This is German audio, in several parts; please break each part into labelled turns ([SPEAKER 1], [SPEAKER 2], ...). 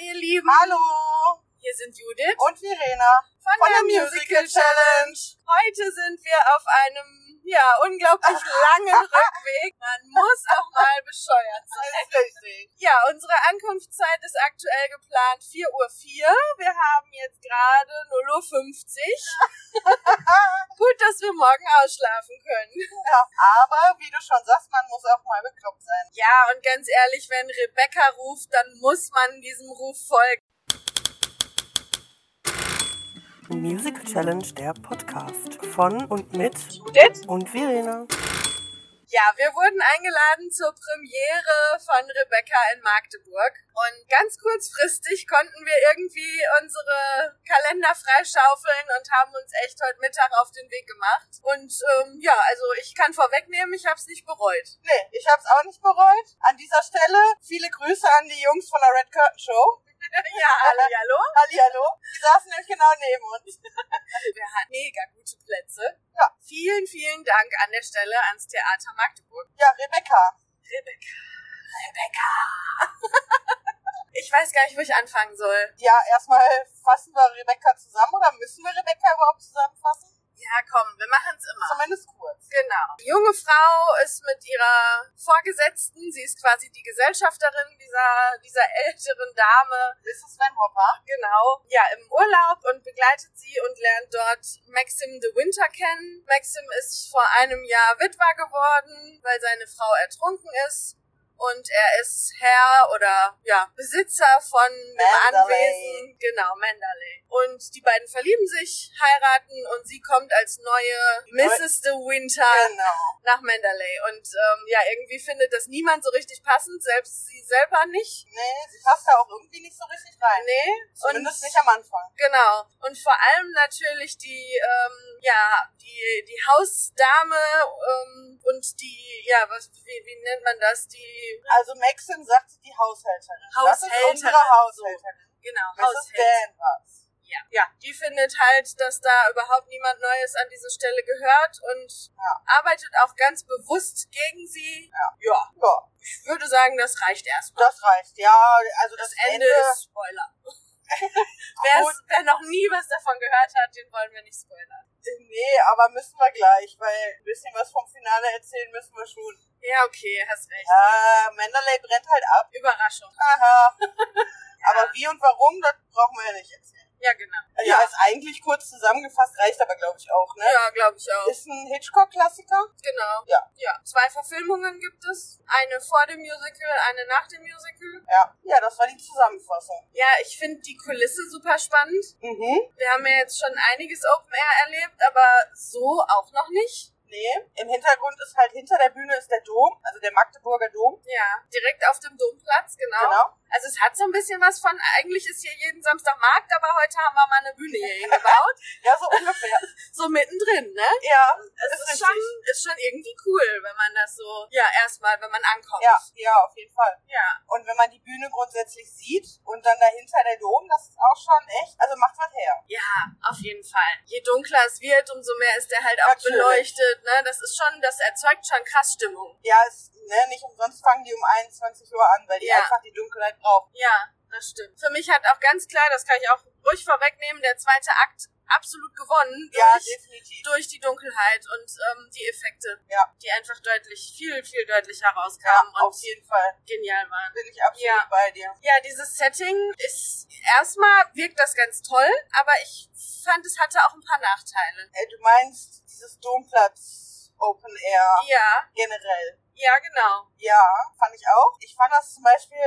[SPEAKER 1] ihr Lieben.
[SPEAKER 2] Hallo
[SPEAKER 1] Hier sind Judith
[SPEAKER 2] und Verena
[SPEAKER 1] von,
[SPEAKER 2] von der Musical Challenge.
[SPEAKER 1] Heute sind wir auf einem, ja, unglaublich langen Rückweg. Man muss auch mal bescheuert sein.
[SPEAKER 2] Das ist richtig.
[SPEAKER 1] Ja, unsere Ankunftszeit ist aktuell geplant 4.04 Uhr. Wir haben jetzt gerade 0.50 Uhr. Gut, dass wir morgen ausschlafen können.
[SPEAKER 2] Ja, aber wie du schon sagst, man muss auch mal bekloppt sein.
[SPEAKER 1] Ja, und ganz ehrlich, wenn Rebecca ruft, dann muss man diesem Ruf folgen.
[SPEAKER 2] Musical Challenge, der Podcast von und mit
[SPEAKER 1] Judith?
[SPEAKER 2] und Verena.
[SPEAKER 1] Ja, wir wurden eingeladen zur Premiere von Rebecca in Magdeburg. Und ganz kurzfristig konnten wir irgendwie unsere Kalender freischaufeln und haben uns echt heute Mittag auf den Weg gemacht. Und ähm, ja, also ich kann vorwegnehmen, ich habe es nicht bereut.
[SPEAKER 2] Nee, ich hab's auch nicht bereut. An dieser Stelle viele Grüße an die Jungs von der Red Curtain Show.
[SPEAKER 1] ja, hallo, hallo.
[SPEAKER 2] Hallihallo. Die saßen nämlich genau neben uns.
[SPEAKER 1] Wir hatten mega gute Plätze.
[SPEAKER 2] Ja.
[SPEAKER 1] Vielen, vielen Dank an der Stelle ans Theater Magdeburg.
[SPEAKER 2] Ja, Rebecca.
[SPEAKER 1] Rebecca, Rebecca. ich weiß gar nicht, wo ich anfangen soll.
[SPEAKER 2] Ja, erstmal fassen wir Rebecca zusammen oder müssen wir Rebecca überhaupt zusammenfassen?
[SPEAKER 1] Ja, komm, wir machen es immer.
[SPEAKER 2] Zumindest kurz.
[SPEAKER 1] Genau. Die junge Frau ist mit ihrer Vorgesetzten, sie ist quasi die Gesellschafterin dieser, dieser älteren Dame,
[SPEAKER 2] Mrs. Van Hopper.
[SPEAKER 1] genau, ja, im Urlaub und begleitet sie und lernt dort Maxim de Winter kennen. Maxim ist vor einem Jahr Witwer geworden, weil seine Frau ertrunken ist. Und er ist Herr oder ja Besitzer von dem
[SPEAKER 2] Mandalay.
[SPEAKER 1] Anwesen, genau Mandalay. Und die beiden verlieben sich, heiraten und sie kommt als neue Mrs. De Winter
[SPEAKER 2] Genau.
[SPEAKER 1] nach Mandalay. Und ähm, ja, irgendwie findet das niemand so richtig passend, selbst sie selber nicht.
[SPEAKER 2] Nee, sie passt da auch irgendwie nicht so richtig rein.
[SPEAKER 1] Nee.
[SPEAKER 2] Zumindest nicht am Anfang.
[SPEAKER 1] Genau. Und vor allem natürlich die, ähm, ja, die, die Hausdame ähm, und die, ja, was, wie, wie nennt man das? Die,
[SPEAKER 2] Also Maxim sagt die Haushälterin. Das ist unsere
[SPEAKER 1] Haushälterin,
[SPEAKER 2] Haushälterin.
[SPEAKER 1] genau,
[SPEAKER 2] Mrs.
[SPEAKER 1] Haushälterin.
[SPEAKER 2] Danvers.
[SPEAKER 1] Ja. ja, die findet halt, dass da überhaupt niemand Neues an diese Stelle gehört und
[SPEAKER 2] Ja.
[SPEAKER 1] arbeitet auch ganz bewusst gegen sie.
[SPEAKER 2] Ja.
[SPEAKER 1] ja,
[SPEAKER 2] Ja,
[SPEAKER 1] ich würde sagen, das reicht erstmal.
[SPEAKER 2] das reicht. Ja, also das,
[SPEAKER 1] Das Ende ist Spoiler.
[SPEAKER 2] Gut.
[SPEAKER 1] Wer's- Wer noch nie was davon gehört hat, den wollen wir nicht spoilern.
[SPEAKER 2] Nee, aber müssen wir gleich, weil ein bisschen was vom Finale erzählen müssen wir schon.
[SPEAKER 1] Ja, okay, hast recht.
[SPEAKER 2] Ja, Mandalay brennt halt ab.
[SPEAKER 1] Überraschung.
[SPEAKER 2] Aha. Aber wie und warum, das brauchen wir ja nicht erzählen.
[SPEAKER 1] Ja, genau.
[SPEAKER 2] Ja, ist eigentlich kurz zusammengefasst, reicht aber glaube ich auch, ne?
[SPEAKER 1] Ja, glaube ich auch.
[SPEAKER 2] Ist ein Hitchcock-Klassiker.
[SPEAKER 1] genau.
[SPEAKER 2] Ja.
[SPEAKER 1] ja. Zwei Verfilmungen gibt es. Eine vor dem Musical, eine nach dem Musical.
[SPEAKER 2] Ja. Ja, das war die Zusammenfassung.
[SPEAKER 1] Ja, ich finde die Kulisse super spannend.
[SPEAKER 2] Mhm.
[SPEAKER 1] Wir haben ja jetzt schon einiges Open Air erlebt, aber so auch noch nicht.
[SPEAKER 2] Nee, im Hintergrund ist halt hinter der Bühne ist der Dom, also der Magdeburger Dom.
[SPEAKER 1] Ja, direkt auf dem Domplatz, genau.
[SPEAKER 2] Genau.
[SPEAKER 1] Also es hat so ein bisschen was von, eigentlich ist hier jeden Samstag Markt, aber heute haben wir mal eine Bühne hier hingebaut.
[SPEAKER 2] Ja, so ungefähr.
[SPEAKER 1] so mittendrin, ne?
[SPEAKER 2] ja,
[SPEAKER 1] Es
[SPEAKER 2] ist
[SPEAKER 1] ist,
[SPEAKER 2] richtig.
[SPEAKER 1] schon, ist schon irgendwie cool, wenn man das so, ja, erstmal, wenn man ankommt.
[SPEAKER 2] ja, ja, auf jeden Fall.
[SPEAKER 1] ja.
[SPEAKER 2] Und wenn man die Bühne grundsätzlich sieht und dann dahinter der Dom, das ist auch schon echt, also macht was her.
[SPEAKER 1] Ja, auf jeden Fall. Je dunkler es wird, umso mehr ist der halt auch
[SPEAKER 2] Natürlich.
[SPEAKER 1] beleuchtet. Ne? Das ist schon, das erzeugt schon krass Stimmung.
[SPEAKER 2] Ja, ist, ne, nicht umsonst fangen die um 21 Uhr an, weil die
[SPEAKER 1] Ja.
[SPEAKER 2] einfach die Dunkelheit brauchen.
[SPEAKER 1] Ja, das stimmt. Für mich hat auch ganz klar, das kann ich auch ruhig vorwegnehmen, der zweite Akt absolut gewonnen
[SPEAKER 2] Ja,
[SPEAKER 1] durch,
[SPEAKER 2] definitiv.
[SPEAKER 1] durch die Dunkelheit und ähm, die Effekte,
[SPEAKER 2] Ja.
[SPEAKER 1] die einfach deutlich, viel, viel deutlicher
[SPEAKER 2] Ja,
[SPEAKER 1] rauskamen
[SPEAKER 2] auf
[SPEAKER 1] und
[SPEAKER 2] jeden Fall.
[SPEAKER 1] genial waren.
[SPEAKER 2] Bin ich absolut
[SPEAKER 1] Ja.
[SPEAKER 2] bei dir.
[SPEAKER 1] Ja, dieses Setting ist erstmal wirkt das ganz toll, aber ich fand, es hatte auch ein paar Nachteile.
[SPEAKER 2] Äh, du meinst dieses Domplatz Open Air
[SPEAKER 1] Ja,
[SPEAKER 2] generell?
[SPEAKER 1] ja, genau.
[SPEAKER 2] Ja, fand ich auch. Ich fand das zum Beispiel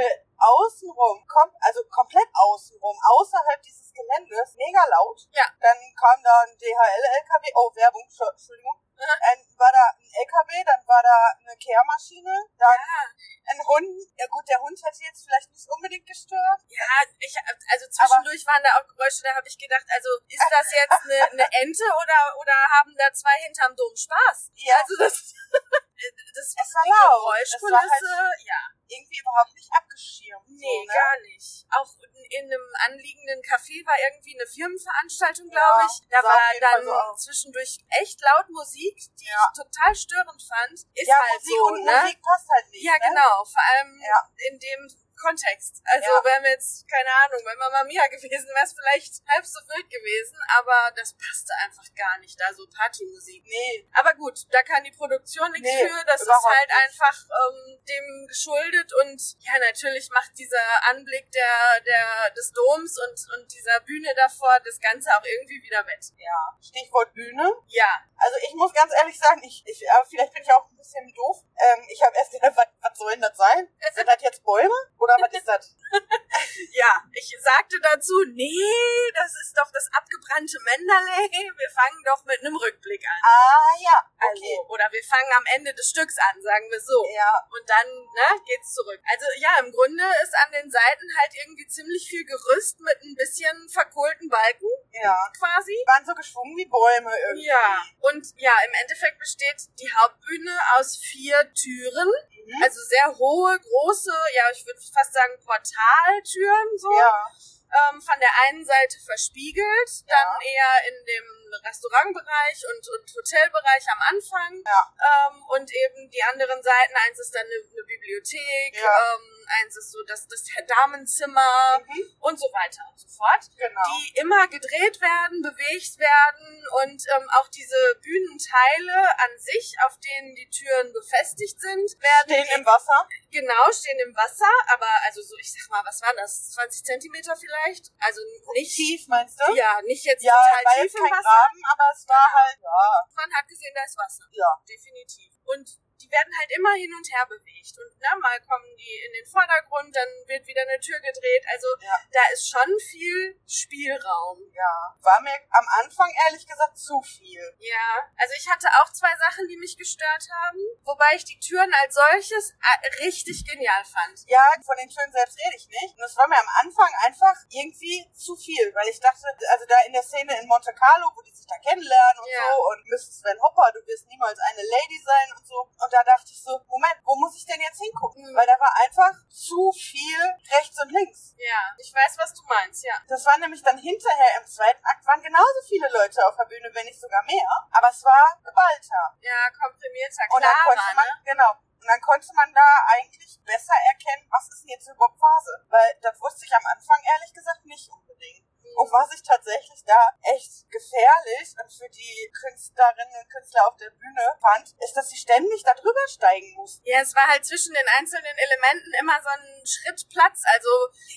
[SPEAKER 2] außenrum, kom also komplett außenrum, außerhalb dieses Geländes, mega laut.
[SPEAKER 1] Ja.
[SPEAKER 2] Dann kam da ein DHL-LKW, oh, Werbung, Entsch- Entschuldigung.
[SPEAKER 1] Aha.
[SPEAKER 2] Dann war da ein LKW, dann war da eine Kehrmaschine, dann ein Hund. Ja gut, der Hund hätte jetzt vielleicht nicht unbedingt gestört.
[SPEAKER 1] Ja, ich, also zwischendurch waren da auch Geräusche, da habe ich gedacht, also ist das jetzt eine, eine Ente oder, oder haben da zwei hinterm Dom Spaß?
[SPEAKER 2] Ja,
[SPEAKER 1] Also das, das
[SPEAKER 2] es war
[SPEAKER 1] die
[SPEAKER 2] laut. Es war
[SPEAKER 1] Geräuschkulisse,
[SPEAKER 2] halt
[SPEAKER 1] ja,
[SPEAKER 2] irgendwie überhaupt nicht abgeschirmt.
[SPEAKER 1] äh, nee,
[SPEAKER 2] so, ne?
[SPEAKER 1] gar nicht. Auch in, in einem anliegenden Café war irgendwie eine Firmenveranstaltung, glaube
[SPEAKER 2] Ja,
[SPEAKER 1] ich. Da
[SPEAKER 2] sah
[SPEAKER 1] war
[SPEAKER 2] auf jeden Fall
[SPEAKER 1] dann
[SPEAKER 2] so aus.
[SPEAKER 1] zwischendurch echt laut Musik, die
[SPEAKER 2] Ja.
[SPEAKER 1] ich total störend fand. Ist
[SPEAKER 2] ja,
[SPEAKER 1] halt
[SPEAKER 2] Musik
[SPEAKER 1] so,
[SPEAKER 2] und
[SPEAKER 1] ne?
[SPEAKER 2] Musik passt halt nicht.
[SPEAKER 1] Ja,
[SPEAKER 2] ne?
[SPEAKER 1] genau. Vor allem
[SPEAKER 2] Ja.
[SPEAKER 1] in dem Kontext. Also
[SPEAKER 2] Ja.
[SPEAKER 1] wenn wir jetzt, keine Ahnung, wenn Mama Mia gewesen wäre, es vielleicht halb so wild gewesen, aber das passte einfach gar nicht, da so Partymusik.
[SPEAKER 2] Nee,
[SPEAKER 1] Aber gut, da kann die Produktion nichts
[SPEAKER 2] Nee,
[SPEAKER 1] für, das ist
[SPEAKER 2] überhaupt
[SPEAKER 1] halt
[SPEAKER 2] nicht.
[SPEAKER 1] einfach ähm, dem geschuldet und ja, natürlich macht dieser Anblick der, der, des Doms und, und dieser Bühne davor das Ganze auch irgendwie wieder wett.
[SPEAKER 2] ja. Stichwort Bühne.
[SPEAKER 1] Ja,
[SPEAKER 2] Also ich muss ganz ehrlich sagen, ich, ich aber vielleicht bin ich auch ein bisschen doof. Ähm, ich habe erst gedacht, was, was soll denn das sein?
[SPEAKER 1] Also,
[SPEAKER 2] Sind das jetzt Bäume? Oder was ist das?
[SPEAKER 1] Ja, ich sagte dazu, nee, das ist doch das abgebrannte Menderley. Wir fangen doch mit einem Rückblick an.
[SPEAKER 2] Ah ja,
[SPEAKER 1] Also,
[SPEAKER 2] okay.
[SPEAKER 1] oder wir fangen am Ende des Stücks an, sagen wir so.
[SPEAKER 2] Ja,
[SPEAKER 1] Und dann, ne, geht's zurück. Also ja, im Grunde ist an den Seiten halt irgendwie ziemlich viel Gerüst mit ein bisschen verkohlten Balken
[SPEAKER 2] ja.
[SPEAKER 1] quasi.
[SPEAKER 2] Die waren so geschwungen wie Bäume irgendwie.
[SPEAKER 1] Ja. Und ja, im Endeffekt besteht die Hauptbühne aus vier Türen.
[SPEAKER 2] Mhm.
[SPEAKER 1] Also sehr hohe, große, ja, ich würde fast sagen Portaltüren so
[SPEAKER 2] ja.
[SPEAKER 1] ähm, von der einen Seite verspiegelt, dann eher in dem Restaurantbereich und, und Hotelbereich am Anfang ähm, und eben die anderen Seiten, eins ist dann eine, eine Bibliothek,
[SPEAKER 2] Ja.
[SPEAKER 1] ähm, eins ist so das, das Damenzimmer
[SPEAKER 2] Mhm.
[SPEAKER 1] und so weiter und so fort,
[SPEAKER 2] Genau.
[SPEAKER 1] äh, die immer gedreht werden, bewegt werden und ähm, auch diese Bühnenteile an sich, auf denen die Türen befestigt sind, werden
[SPEAKER 2] stehen im Wasser.
[SPEAKER 1] Genau, stehen im Wasser, aber also so, ich sag mal, was war das? 20 Zentimeter vielleicht? Also nicht,
[SPEAKER 2] Tief, meinst du?
[SPEAKER 1] ja, nicht jetzt
[SPEAKER 2] Ja, war
[SPEAKER 1] total
[SPEAKER 2] jetzt
[SPEAKER 1] tief im
[SPEAKER 2] kein
[SPEAKER 1] Wasser.
[SPEAKER 2] Graben, aber es war halt, ja,
[SPEAKER 1] Man hat gesehen, da ist Wasser,
[SPEAKER 2] ja.
[SPEAKER 1] definitiv. Und die werden halt immer hin und her bewegt. Und na, mal kommen die in den Vordergrund, dann wird wieder eine Tür gedreht. Also
[SPEAKER 2] Ja.
[SPEAKER 1] da ist schon viel Spielraum.
[SPEAKER 2] Ja, war mir am Anfang ehrlich gesagt zu viel.
[SPEAKER 1] Ja, also ich hatte auch zwei Sachen, die mich gestört haben, wobei ich die Türen als solches äh, richtig genial fand.
[SPEAKER 2] Ja, von den Türen selbst rede ich nicht. Und es war mir am Anfang einfach irgendwie zu viel, weil ich dachte, also da in der Szene in Monte Carlo, wo die sich da kennenlernen und
[SPEAKER 1] Ja.
[SPEAKER 2] so und Mrs. Van Hopper, du wirst niemals eine Lady sein und so. Und da dachte ich so, Moment, wo muss ich denn jetzt hingucken?
[SPEAKER 1] Mhm.
[SPEAKER 2] Weil da war einfach zu viel rechts und links.
[SPEAKER 1] Ja, ich weiß, was du meinst, ja.
[SPEAKER 2] Das waren nämlich dann hinterher im zweiten Akt waren genauso viele Leute auf der Bühne, wenn nicht sogar mehr. Aber es war geballter.
[SPEAKER 1] Ja, komprimierter,
[SPEAKER 2] Und dann
[SPEAKER 1] klarer,
[SPEAKER 2] konnte man,
[SPEAKER 1] ne?
[SPEAKER 2] genau. Und dann konnte man da eigentlich besser erkennen, was ist denn jetzt überhaupt Phase. Weil das wusste ich am Anfang ehrlich gesagt nicht unbedingt.
[SPEAKER 1] Mhm.
[SPEAKER 2] Und was ich tatsächlich da echt gefährlich und für die Künstlerinnen und Künstler auf der Bühne fand, ist, dass sie ständig da drüber steigen mussten.
[SPEAKER 1] Ja, es war halt zwischen den einzelnen Elementen immer so ein Schrittplatz, also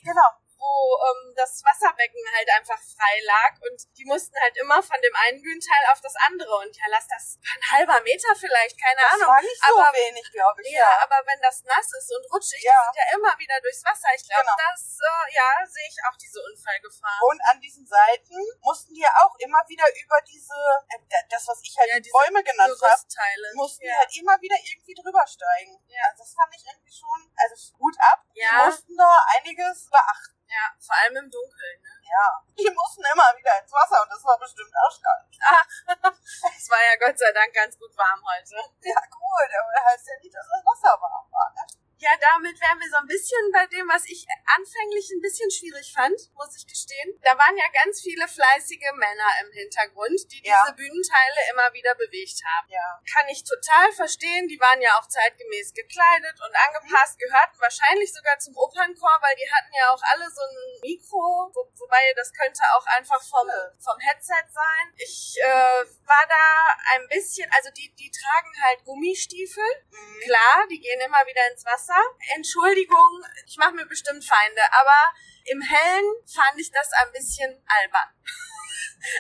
[SPEAKER 2] Genau.
[SPEAKER 1] wo ähm, das Wasserbecken halt einfach frei lag und die mussten halt immer von dem einen Bühnenteil auf das andere und ja, lass das ein halber Meter vielleicht, keine
[SPEAKER 2] Das
[SPEAKER 1] Ahnung.
[SPEAKER 2] war nicht so
[SPEAKER 1] aber-
[SPEAKER 2] wenig, glaube ich.
[SPEAKER 1] Ja, aber wenn das nass ist und rutschig,
[SPEAKER 2] Ja.
[SPEAKER 1] die sind ja immer wieder durchs Wasser. Ich glaube,
[SPEAKER 2] Genau. Oh,
[SPEAKER 1] das, äh, ja, sehe ich auch diese Unfallgefahr.
[SPEAKER 2] Und an diesen Seiten mussten die ja auch immer wieder über diese, äh, das, was ich halt
[SPEAKER 1] Ja,
[SPEAKER 2] die
[SPEAKER 1] diese
[SPEAKER 2] Bäume genannt habe,
[SPEAKER 1] Gerüstteile.
[SPEAKER 2] mussten
[SPEAKER 1] ja.
[SPEAKER 2] halt immer wieder irgendwie drüber steigen.
[SPEAKER 1] Ja.
[SPEAKER 2] Also das fand ich irgendwie schon, also gut ab.
[SPEAKER 1] Ja.
[SPEAKER 2] Die mussten da einiges beachten.
[SPEAKER 1] ja, vor allem im Dunkeln. Ne?
[SPEAKER 2] Ja. Die mussten immer wieder ins Wasser und das war bestimmt auch geil.
[SPEAKER 1] Es war ja Gott sei Dank ganz gut warm heute.
[SPEAKER 2] Ja, gut, aber das heißt ja nicht, dass das Wasser warm war. Ne?
[SPEAKER 1] Ja, damit wären wir so ein bisschen bei dem, was ich anfänglich ein bisschen schwierig fand, muss ich gestehen. Da waren ja ganz viele fleißige Männer im Hintergrund, die
[SPEAKER 2] Ja.
[SPEAKER 1] diese Bühnenteile immer wieder bewegt haben.
[SPEAKER 2] Ja.
[SPEAKER 1] Kann ich total verstehen. Die waren ja auch zeitgemäß gekleidet und angepasst, gehörten wahrscheinlich sogar zum Opernchor, weil die hatten ja auch alle so ein Mikro, wo, wobei das könnte auch einfach vom, vom Headset sein. Ich äh, war da ein bisschen, also die, die tragen halt Gummistiefel.
[SPEAKER 2] Mhm.
[SPEAKER 1] Klar, die gehen immer wieder ins Wasser. Entschuldigung, ich mache mir bestimmt Feinde, aber im Hellen fand ich das ein bisschen albern.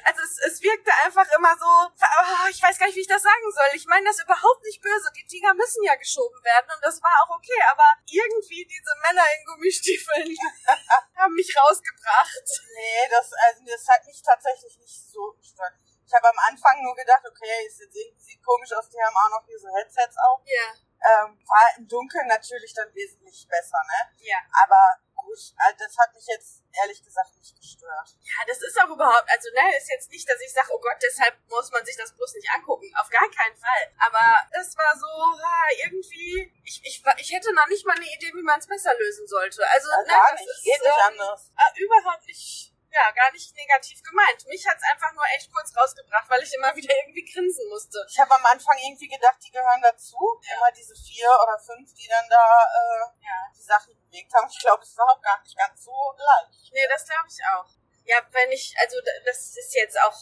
[SPEAKER 1] Also es, es wirkte einfach immer so, oh, ich weiß gar nicht, wie ich das sagen soll. Ich meine das überhaupt nicht böse. Die Tiger müssen ja geschoben werden und das war auch okay, aber irgendwie diese Männer in Gummistiefeln haben mich rausgebracht.
[SPEAKER 2] Nee, das, also, das hat mich tatsächlich nicht so gestört. Ich habe am Anfang nur gedacht, okay, ist jetzt irgendwie sieht komisch aus, die haben auch noch hier so Headsets auf.
[SPEAKER 1] Ja,
[SPEAKER 2] Ähm, war im Dunkeln natürlich dann wesentlich besser, ne?
[SPEAKER 1] ja.
[SPEAKER 2] Aber gut, also das hat mich jetzt ehrlich gesagt nicht gestört.
[SPEAKER 1] Ja, das ist auch überhaupt, also ne, ist jetzt nicht, dass ich sage, oh Gott, deshalb muss man sich das bloß nicht angucken. Auf gar keinen Fall. Aber das war so, ha, irgendwie, ich, ich, wa- ich hätte noch nicht mal eine Idee, wie man es besser lösen sollte. Also,
[SPEAKER 2] Also
[SPEAKER 1] ne,
[SPEAKER 2] gar
[SPEAKER 1] das
[SPEAKER 2] nicht,
[SPEAKER 1] ist,
[SPEAKER 2] geht
[SPEAKER 1] ähm,
[SPEAKER 2] nicht anders.
[SPEAKER 1] ah, überhaupt nicht, ja, gar nicht negativ gemeint. Mich hat's einfach nur echt kurz rausgebracht, weil ich immer wieder irgendwie grinsen musste.
[SPEAKER 2] Ich habe am Anfang irgendwie gedacht, die gehören dazu. Immer diese vier oder fünf, die dann da äh,
[SPEAKER 1] Ja.
[SPEAKER 2] die Sachen bewegt haben. Ich glaube, es war auch gar nicht ganz so leicht.
[SPEAKER 1] Nee, das glaube ich auch. Ja, wenn ich, also d- das ist jetzt auch,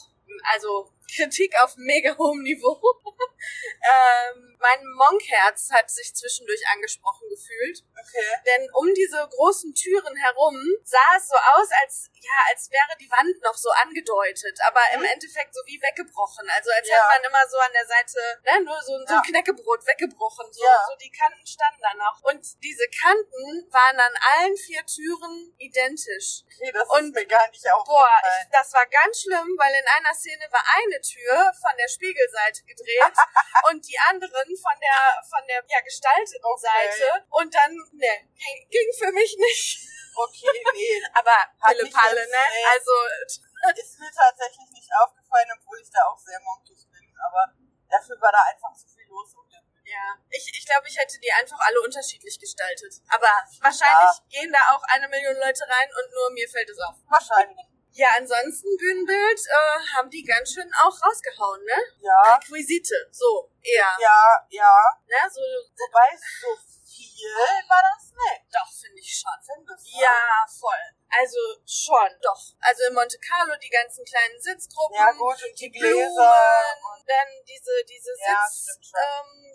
[SPEAKER 1] also Kritik auf mega hohem Niveau. ähm, mein Monkherz hat sich zwischendurch angesprochen gefühlt.
[SPEAKER 2] Okay.
[SPEAKER 1] Denn um diese großen Türen herum sah es so aus, als ja, als wäre die Wand noch so angedeutet, aber im
[SPEAKER 2] Mhm.
[SPEAKER 1] Endeffekt so wie weggebrochen. Also als
[SPEAKER 2] Ja.
[SPEAKER 1] hätte man immer so an der Seite, ne, nur so, ein- so ein
[SPEAKER 2] Ja.
[SPEAKER 1] Knäckebrot weggebrochen. So,
[SPEAKER 2] Ja.
[SPEAKER 1] so die Kanten standen da noch. Und diese Kanten waren an allen vier Türen identisch.
[SPEAKER 2] Okay, das
[SPEAKER 1] Und-
[SPEAKER 2] ist mir gar nicht auf.
[SPEAKER 1] Boah, ich, das war ganz schlimm, weil in einer Szene war eine Tür von der Spiegelseite gedreht und die anderen von der von der ja, gestalteten
[SPEAKER 2] Okay.
[SPEAKER 1] Seite. Und dann, ne, ging, ging für mich nicht.
[SPEAKER 2] Okay, nee.
[SPEAKER 1] Aber
[SPEAKER 2] Hat
[SPEAKER 1] Pille
[SPEAKER 2] mich
[SPEAKER 1] Palle,
[SPEAKER 2] jetzt,
[SPEAKER 1] ne?
[SPEAKER 2] ey.
[SPEAKER 1] Also
[SPEAKER 2] ist mir tatsächlich nicht aufgefallen, obwohl ich da auch sehr monkig bin. Aber dafür war da einfach zu viel los. um den-
[SPEAKER 1] ja, ich, ich glaube, ich hätte die einfach alle unterschiedlich gestaltet. Aber wahrscheinlich gehen da auch eine Million Leute rein und nur mir fällt es auf.
[SPEAKER 2] Wahrscheinlich.
[SPEAKER 1] Ja, ansonsten Bühnenbild äh, haben die ganz schön auch rausgehauen, ne?
[SPEAKER 2] Ja,
[SPEAKER 1] Requisite, so eher,
[SPEAKER 2] ja, ja.
[SPEAKER 1] ne? So
[SPEAKER 2] Wobei so viel war das nicht.
[SPEAKER 1] doch finde ich schon.
[SPEAKER 2] Findest du?
[SPEAKER 1] Ja, voll. Also schon, doch. Also in Monte Carlo die ganzen kleinen Sitzgruppen,
[SPEAKER 2] Ja, gut, und die
[SPEAKER 1] die
[SPEAKER 2] Gläser.
[SPEAKER 1] Blumen, dann diese, diese
[SPEAKER 2] Ja, stimmt
[SPEAKER 1] Sitz,
[SPEAKER 2] schon.
[SPEAKER 1] ähm,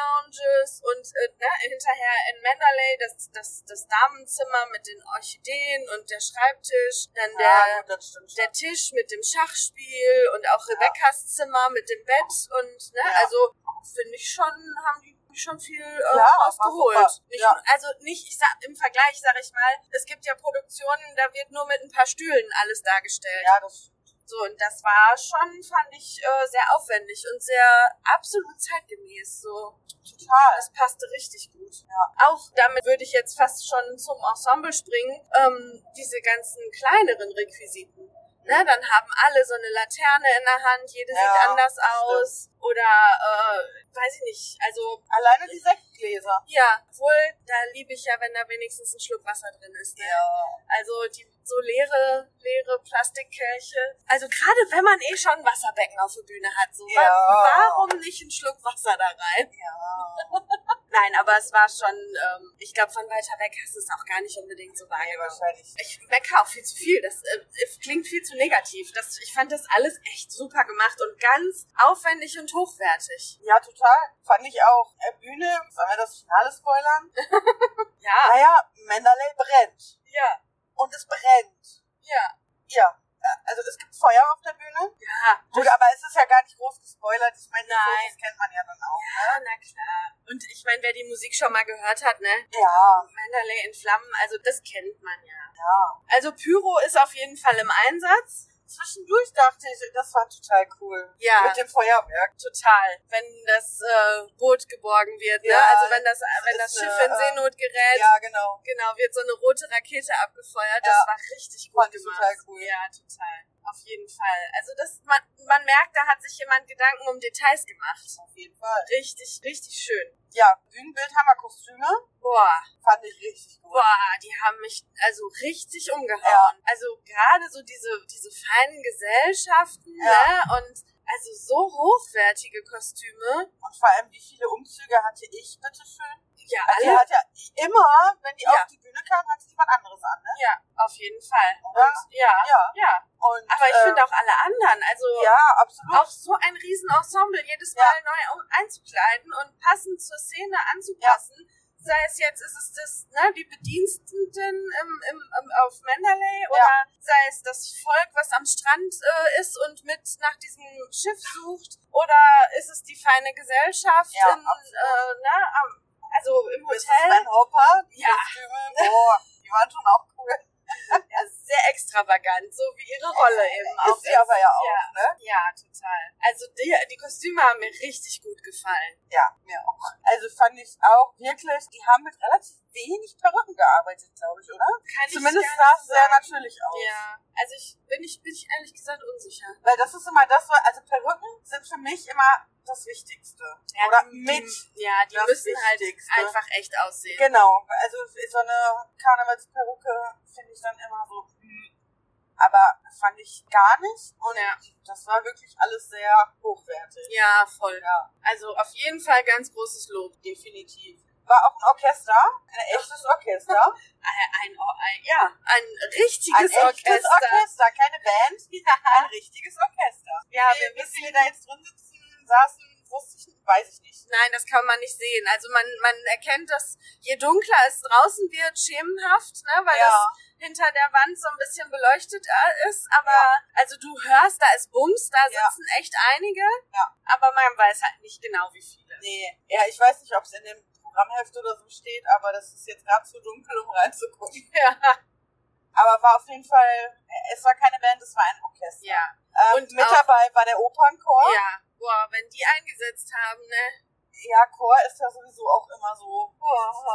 [SPEAKER 1] Lounges und äh, ne, hinterher in Mandalay das, das, das Damenzimmer mit den Orchideen und der Schreibtisch, dann
[SPEAKER 2] ja, genau.
[SPEAKER 1] der,
[SPEAKER 2] gut, das stimmt schon.
[SPEAKER 1] der Tisch mit dem Schachspiel und auch Rebekkas Zimmer mit dem Bett und ne,
[SPEAKER 2] Ja.
[SPEAKER 1] also finde ich schon, haben die schon viel äh,
[SPEAKER 2] Ja, war
[SPEAKER 1] rausgeholt.
[SPEAKER 2] super.
[SPEAKER 1] Nicht,
[SPEAKER 2] Ja.
[SPEAKER 1] Also nicht, ich sag, im Vergleich sage ich mal, es gibt ja Produktionen, da wird nur mit ein paar Stühlen alles dargestellt.
[SPEAKER 2] Ja, das stimmt.
[SPEAKER 1] So, und das war schon, fand ich, äh, sehr aufwendig und sehr absolut zeitgemäß. So,
[SPEAKER 2] Total.
[SPEAKER 1] das passte richtig gut.
[SPEAKER 2] Ja.
[SPEAKER 1] Auch damit würde ich jetzt fast schon zum Ensemble springen, ähm, diese ganzen kleineren Requisiten. Ne, dann haben alle so eine Laterne in der Hand, jede
[SPEAKER 2] Ja,
[SPEAKER 1] sieht anders
[SPEAKER 2] stimmt.
[SPEAKER 1] aus. Oder, äh, weiß ich nicht, also,
[SPEAKER 2] Alleine die Sektgläser.
[SPEAKER 1] ja, wohl, da liebe ich ja, wenn da wenigstens ein Schluck Wasser drin ist. Ne? Also die so leere, leere Plastikkirche. Also gerade wenn man eh schon ein Wasserbecken auf der Bühne hat, so
[SPEAKER 2] Ja.
[SPEAKER 1] wa- warum nicht einen Schluck Wasser da rein?
[SPEAKER 2] Ja.
[SPEAKER 1] Nein, aber es war schon, ähm, ich glaube, von weiter weg hast du es auch gar nicht unbedingt so
[SPEAKER 2] Nee,
[SPEAKER 1] wahrgenommen.
[SPEAKER 2] wahrscheinlich.
[SPEAKER 1] Ich meckere auch viel zu viel. Das äh, es klingt viel zu negativ. Das, ich fand das alles echt super gemacht und ganz aufwendig und hochwertig.
[SPEAKER 2] Ja, total. Fand ich auch. Äh, Bühne, sollen wir das Finale spoilern?
[SPEAKER 1] Ja,
[SPEAKER 2] Naja, Mandalay brennt.
[SPEAKER 1] ja,
[SPEAKER 2] Und es brennt.
[SPEAKER 1] ja.
[SPEAKER 2] Ja. Äh, Also es gibt Feuer auf der Bühne.
[SPEAKER 1] Ja,
[SPEAKER 2] Gut, aber es ist ja gar nicht groß gespoilert. Ich meine, die
[SPEAKER 1] Nein.
[SPEAKER 2] Fotos kennt man ja dann auch.
[SPEAKER 1] ja, na klar. Und ich meine, wer die Musik schon mal gehört hat, ne?
[SPEAKER 2] Ja,
[SPEAKER 1] Mandalay in Flammen, also das kennt man ja.
[SPEAKER 2] ja.
[SPEAKER 1] Also Pyro ist auf jeden Fall im Einsatz.
[SPEAKER 2] Zwischendurch dachte ich, das war total cool.
[SPEAKER 1] Ja.
[SPEAKER 2] Mit dem Feuerwerk.
[SPEAKER 1] Total. Wenn das äh, Boot geborgen wird, ne?
[SPEAKER 2] Ja,
[SPEAKER 1] Also wenn das, wenn das
[SPEAKER 2] ist
[SPEAKER 1] Schiff
[SPEAKER 2] eine,
[SPEAKER 1] in Seenot gerät,
[SPEAKER 2] Ja, genau.
[SPEAKER 1] genau, wird so eine rote Rakete abgefeuert.
[SPEAKER 2] Ja.
[SPEAKER 1] Das war richtig gut
[SPEAKER 2] Fand ich
[SPEAKER 1] gemacht.
[SPEAKER 2] total cool.
[SPEAKER 1] Ja, total. Auf jeden Fall. Also das, man, man merkt, da hat sich jemand Gedanken um Details gemacht.
[SPEAKER 2] Auf jeden Fall.
[SPEAKER 1] Richtig, richtig schön.
[SPEAKER 2] Ja, Bühnenbild haben wir Kostüme.
[SPEAKER 1] Boah,
[SPEAKER 2] Fand ich richtig gut.
[SPEAKER 1] boah, die haben mich also richtig umgehauen.
[SPEAKER 2] Ja.
[SPEAKER 1] Also gerade so diese, diese feinen Gesellschaften,
[SPEAKER 2] Ja.
[SPEAKER 1] ne? Und also so hochwertige Kostüme.
[SPEAKER 2] Und vor allem, wie viele Umzüge hatte ich, bitteschön?
[SPEAKER 1] Ja,
[SPEAKER 2] Also die
[SPEAKER 1] alle.
[SPEAKER 2] hat ja immer, wenn die
[SPEAKER 1] Ja.
[SPEAKER 2] auf die Bühne kam, hat sie jemand anderes an, ne?
[SPEAKER 1] Ja, auf jeden Fall.
[SPEAKER 2] Oder?
[SPEAKER 1] Und, ja,
[SPEAKER 2] Ja.
[SPEAKER 1] ja.
[SPEAKER 2] Und,
[SPEAKER 1] Aber ich
[SPEAKER 2] äh,
[SPEAKER 1] finde auch alle anderen, also
[SPEAKER 2] Ja, absolut.
[SPEAKER 1] auch so ein Riesenensemble jedes Mal neu um- einzukleiden und passend zur Szene anzupassen. Sei es jetzt, ist es das, ne, die Bediensteten im, im, im, auf Mandalay oder sei es das Volk, was am Strand äh, ist und mit nach diesem Schiff sucht oder ist es die feine Gesellschaft
[SPEAKER 2] Ja,
[SPEAKER 1] in, äh, ne, am- also im
[SPEAKER 2] Das ist
[SPEAKER 1] Hotel.
[SPEAKER 2] Ben Hopper. Die
[SPEAKER 1] Ja.
[SPEAKER 2] Kostüme, boah, die waren schon auch cool.
[SPEAKER 1] Ja, sehr extravagant, so wie ihre Rolle eben auch.
[SPEAKER 2] Ist sie aber ja auch,
[SPEAKER 1] Ja,
[SPEAKER 2] ne?
[SPEAKER 1] ja total. Also die, die Kostüme haben mir richtig gut gefallen.
[SPEAKER 2] Ja, mir auch. Also fand ich auch wirklich, die haben mit relativ wenig Perücken gearbeitet, glaube ich, oder?
[SPEAKER 1] Kann
[SPEAKER 2] Zumindest
[SPEAKER 1] ich
[SPEAKER 2] sah es sehr
[SPEAKER 1] sagen.
[SPEAKER 2] natürlich aus.
[SPEAKER 1] Ja, also ich bin ich bin ich ehrlich gesagt unsicher.
[SPEAKER 2] Weil das ist immer das, was- also Perücken sind für mich immer das Wichtigste. Oder
[SPEAKER 1] die,
[SPEAKER 2] mit.
[SPEAKER 1] Die, ja, die
[SPEAKER 2] das
[SPEAKER 1] müssen halt
[SPEAKER 2] Wichtigste.
[SPEAKER 1] einfach echt aussehen.
[SPEAKER 2] Genau, also so eine Karnevalsperücke finde ich dann immer so. hm. aber fand ich gar nicht. Und
[SPEAKER 1] Ja.
[SPEAKER 2] das war wirklich alles sehr hochwertig.
[SPEAKER 1] Ja, voll.
[SPEAKER 2] Ja,
[SPEAKER 1] Also auf jeden Fall ganz großes Lob.
[SPEAKER 2] definitiv. War auch ein Orchester, ein echtes Orchester.
[SPEAKER 1] Ein, ein, ein ja, ein richtiges
[SPEAKER 2] Oh, Ein echtes
[SPEAKER 1] Orchester.
[SPEAKER 2] Orchester. keine Band, ein richtiges Orchester.
[SPEAKER 1] Ja,
[SPEAKER 2] Wie-
[SPEAKER 1] wir
[SPEAKER 2] wie
[SPEAKER 1] wissen.
[SPEAKER 2] viele da jetzt drin sitzen, saßen, wusste ich, nicht, weiß ich nicht.
[SPEAKER 1] Nein, das kann man nicht sehen. Also man, man erkennt, dass je dunkler es draußen wird, schemenhaft, ne, weil das hinter der Wand so ein bisschen beleuchtet äh, ist, aber
[SPEAKER 2] Ja.
[SPEAKER 1] also du hörst, da ist Bums, da
[SPEAKER 2] Ja.
[SPEAKER 1] sitzen echt einige,
[SPEAKER 2] Ja.
[SPEAKER 1] aber man weiß halt nicht genau, wie viele.
[SPEAKER 2] Nee, ja, ich weiß nicht, ob es in dem Programmheft oder so steht, aber das ist jetzt gerade zu dunkel, um reinzugucken.
[SPEAKER 1] Ja.
[SPEAKER 2] Aber war auf jeden Fall, es war keine Band, es war ein Orchester.
[SPEAKER 1] Ja,
[SPEAKER 2] Ähm,
[SPEAKER 1] Und
[SPEAKER 2] mit
[SPEAKER 1] auch-
[SPEAKER 2] dabei war der Opernchor.
[SPEAKER 1] ja. Boah, wenn die eingesetzt haben, ne?
[SPEAKER 2] Ja, Chor ist ja sowieso auch immer so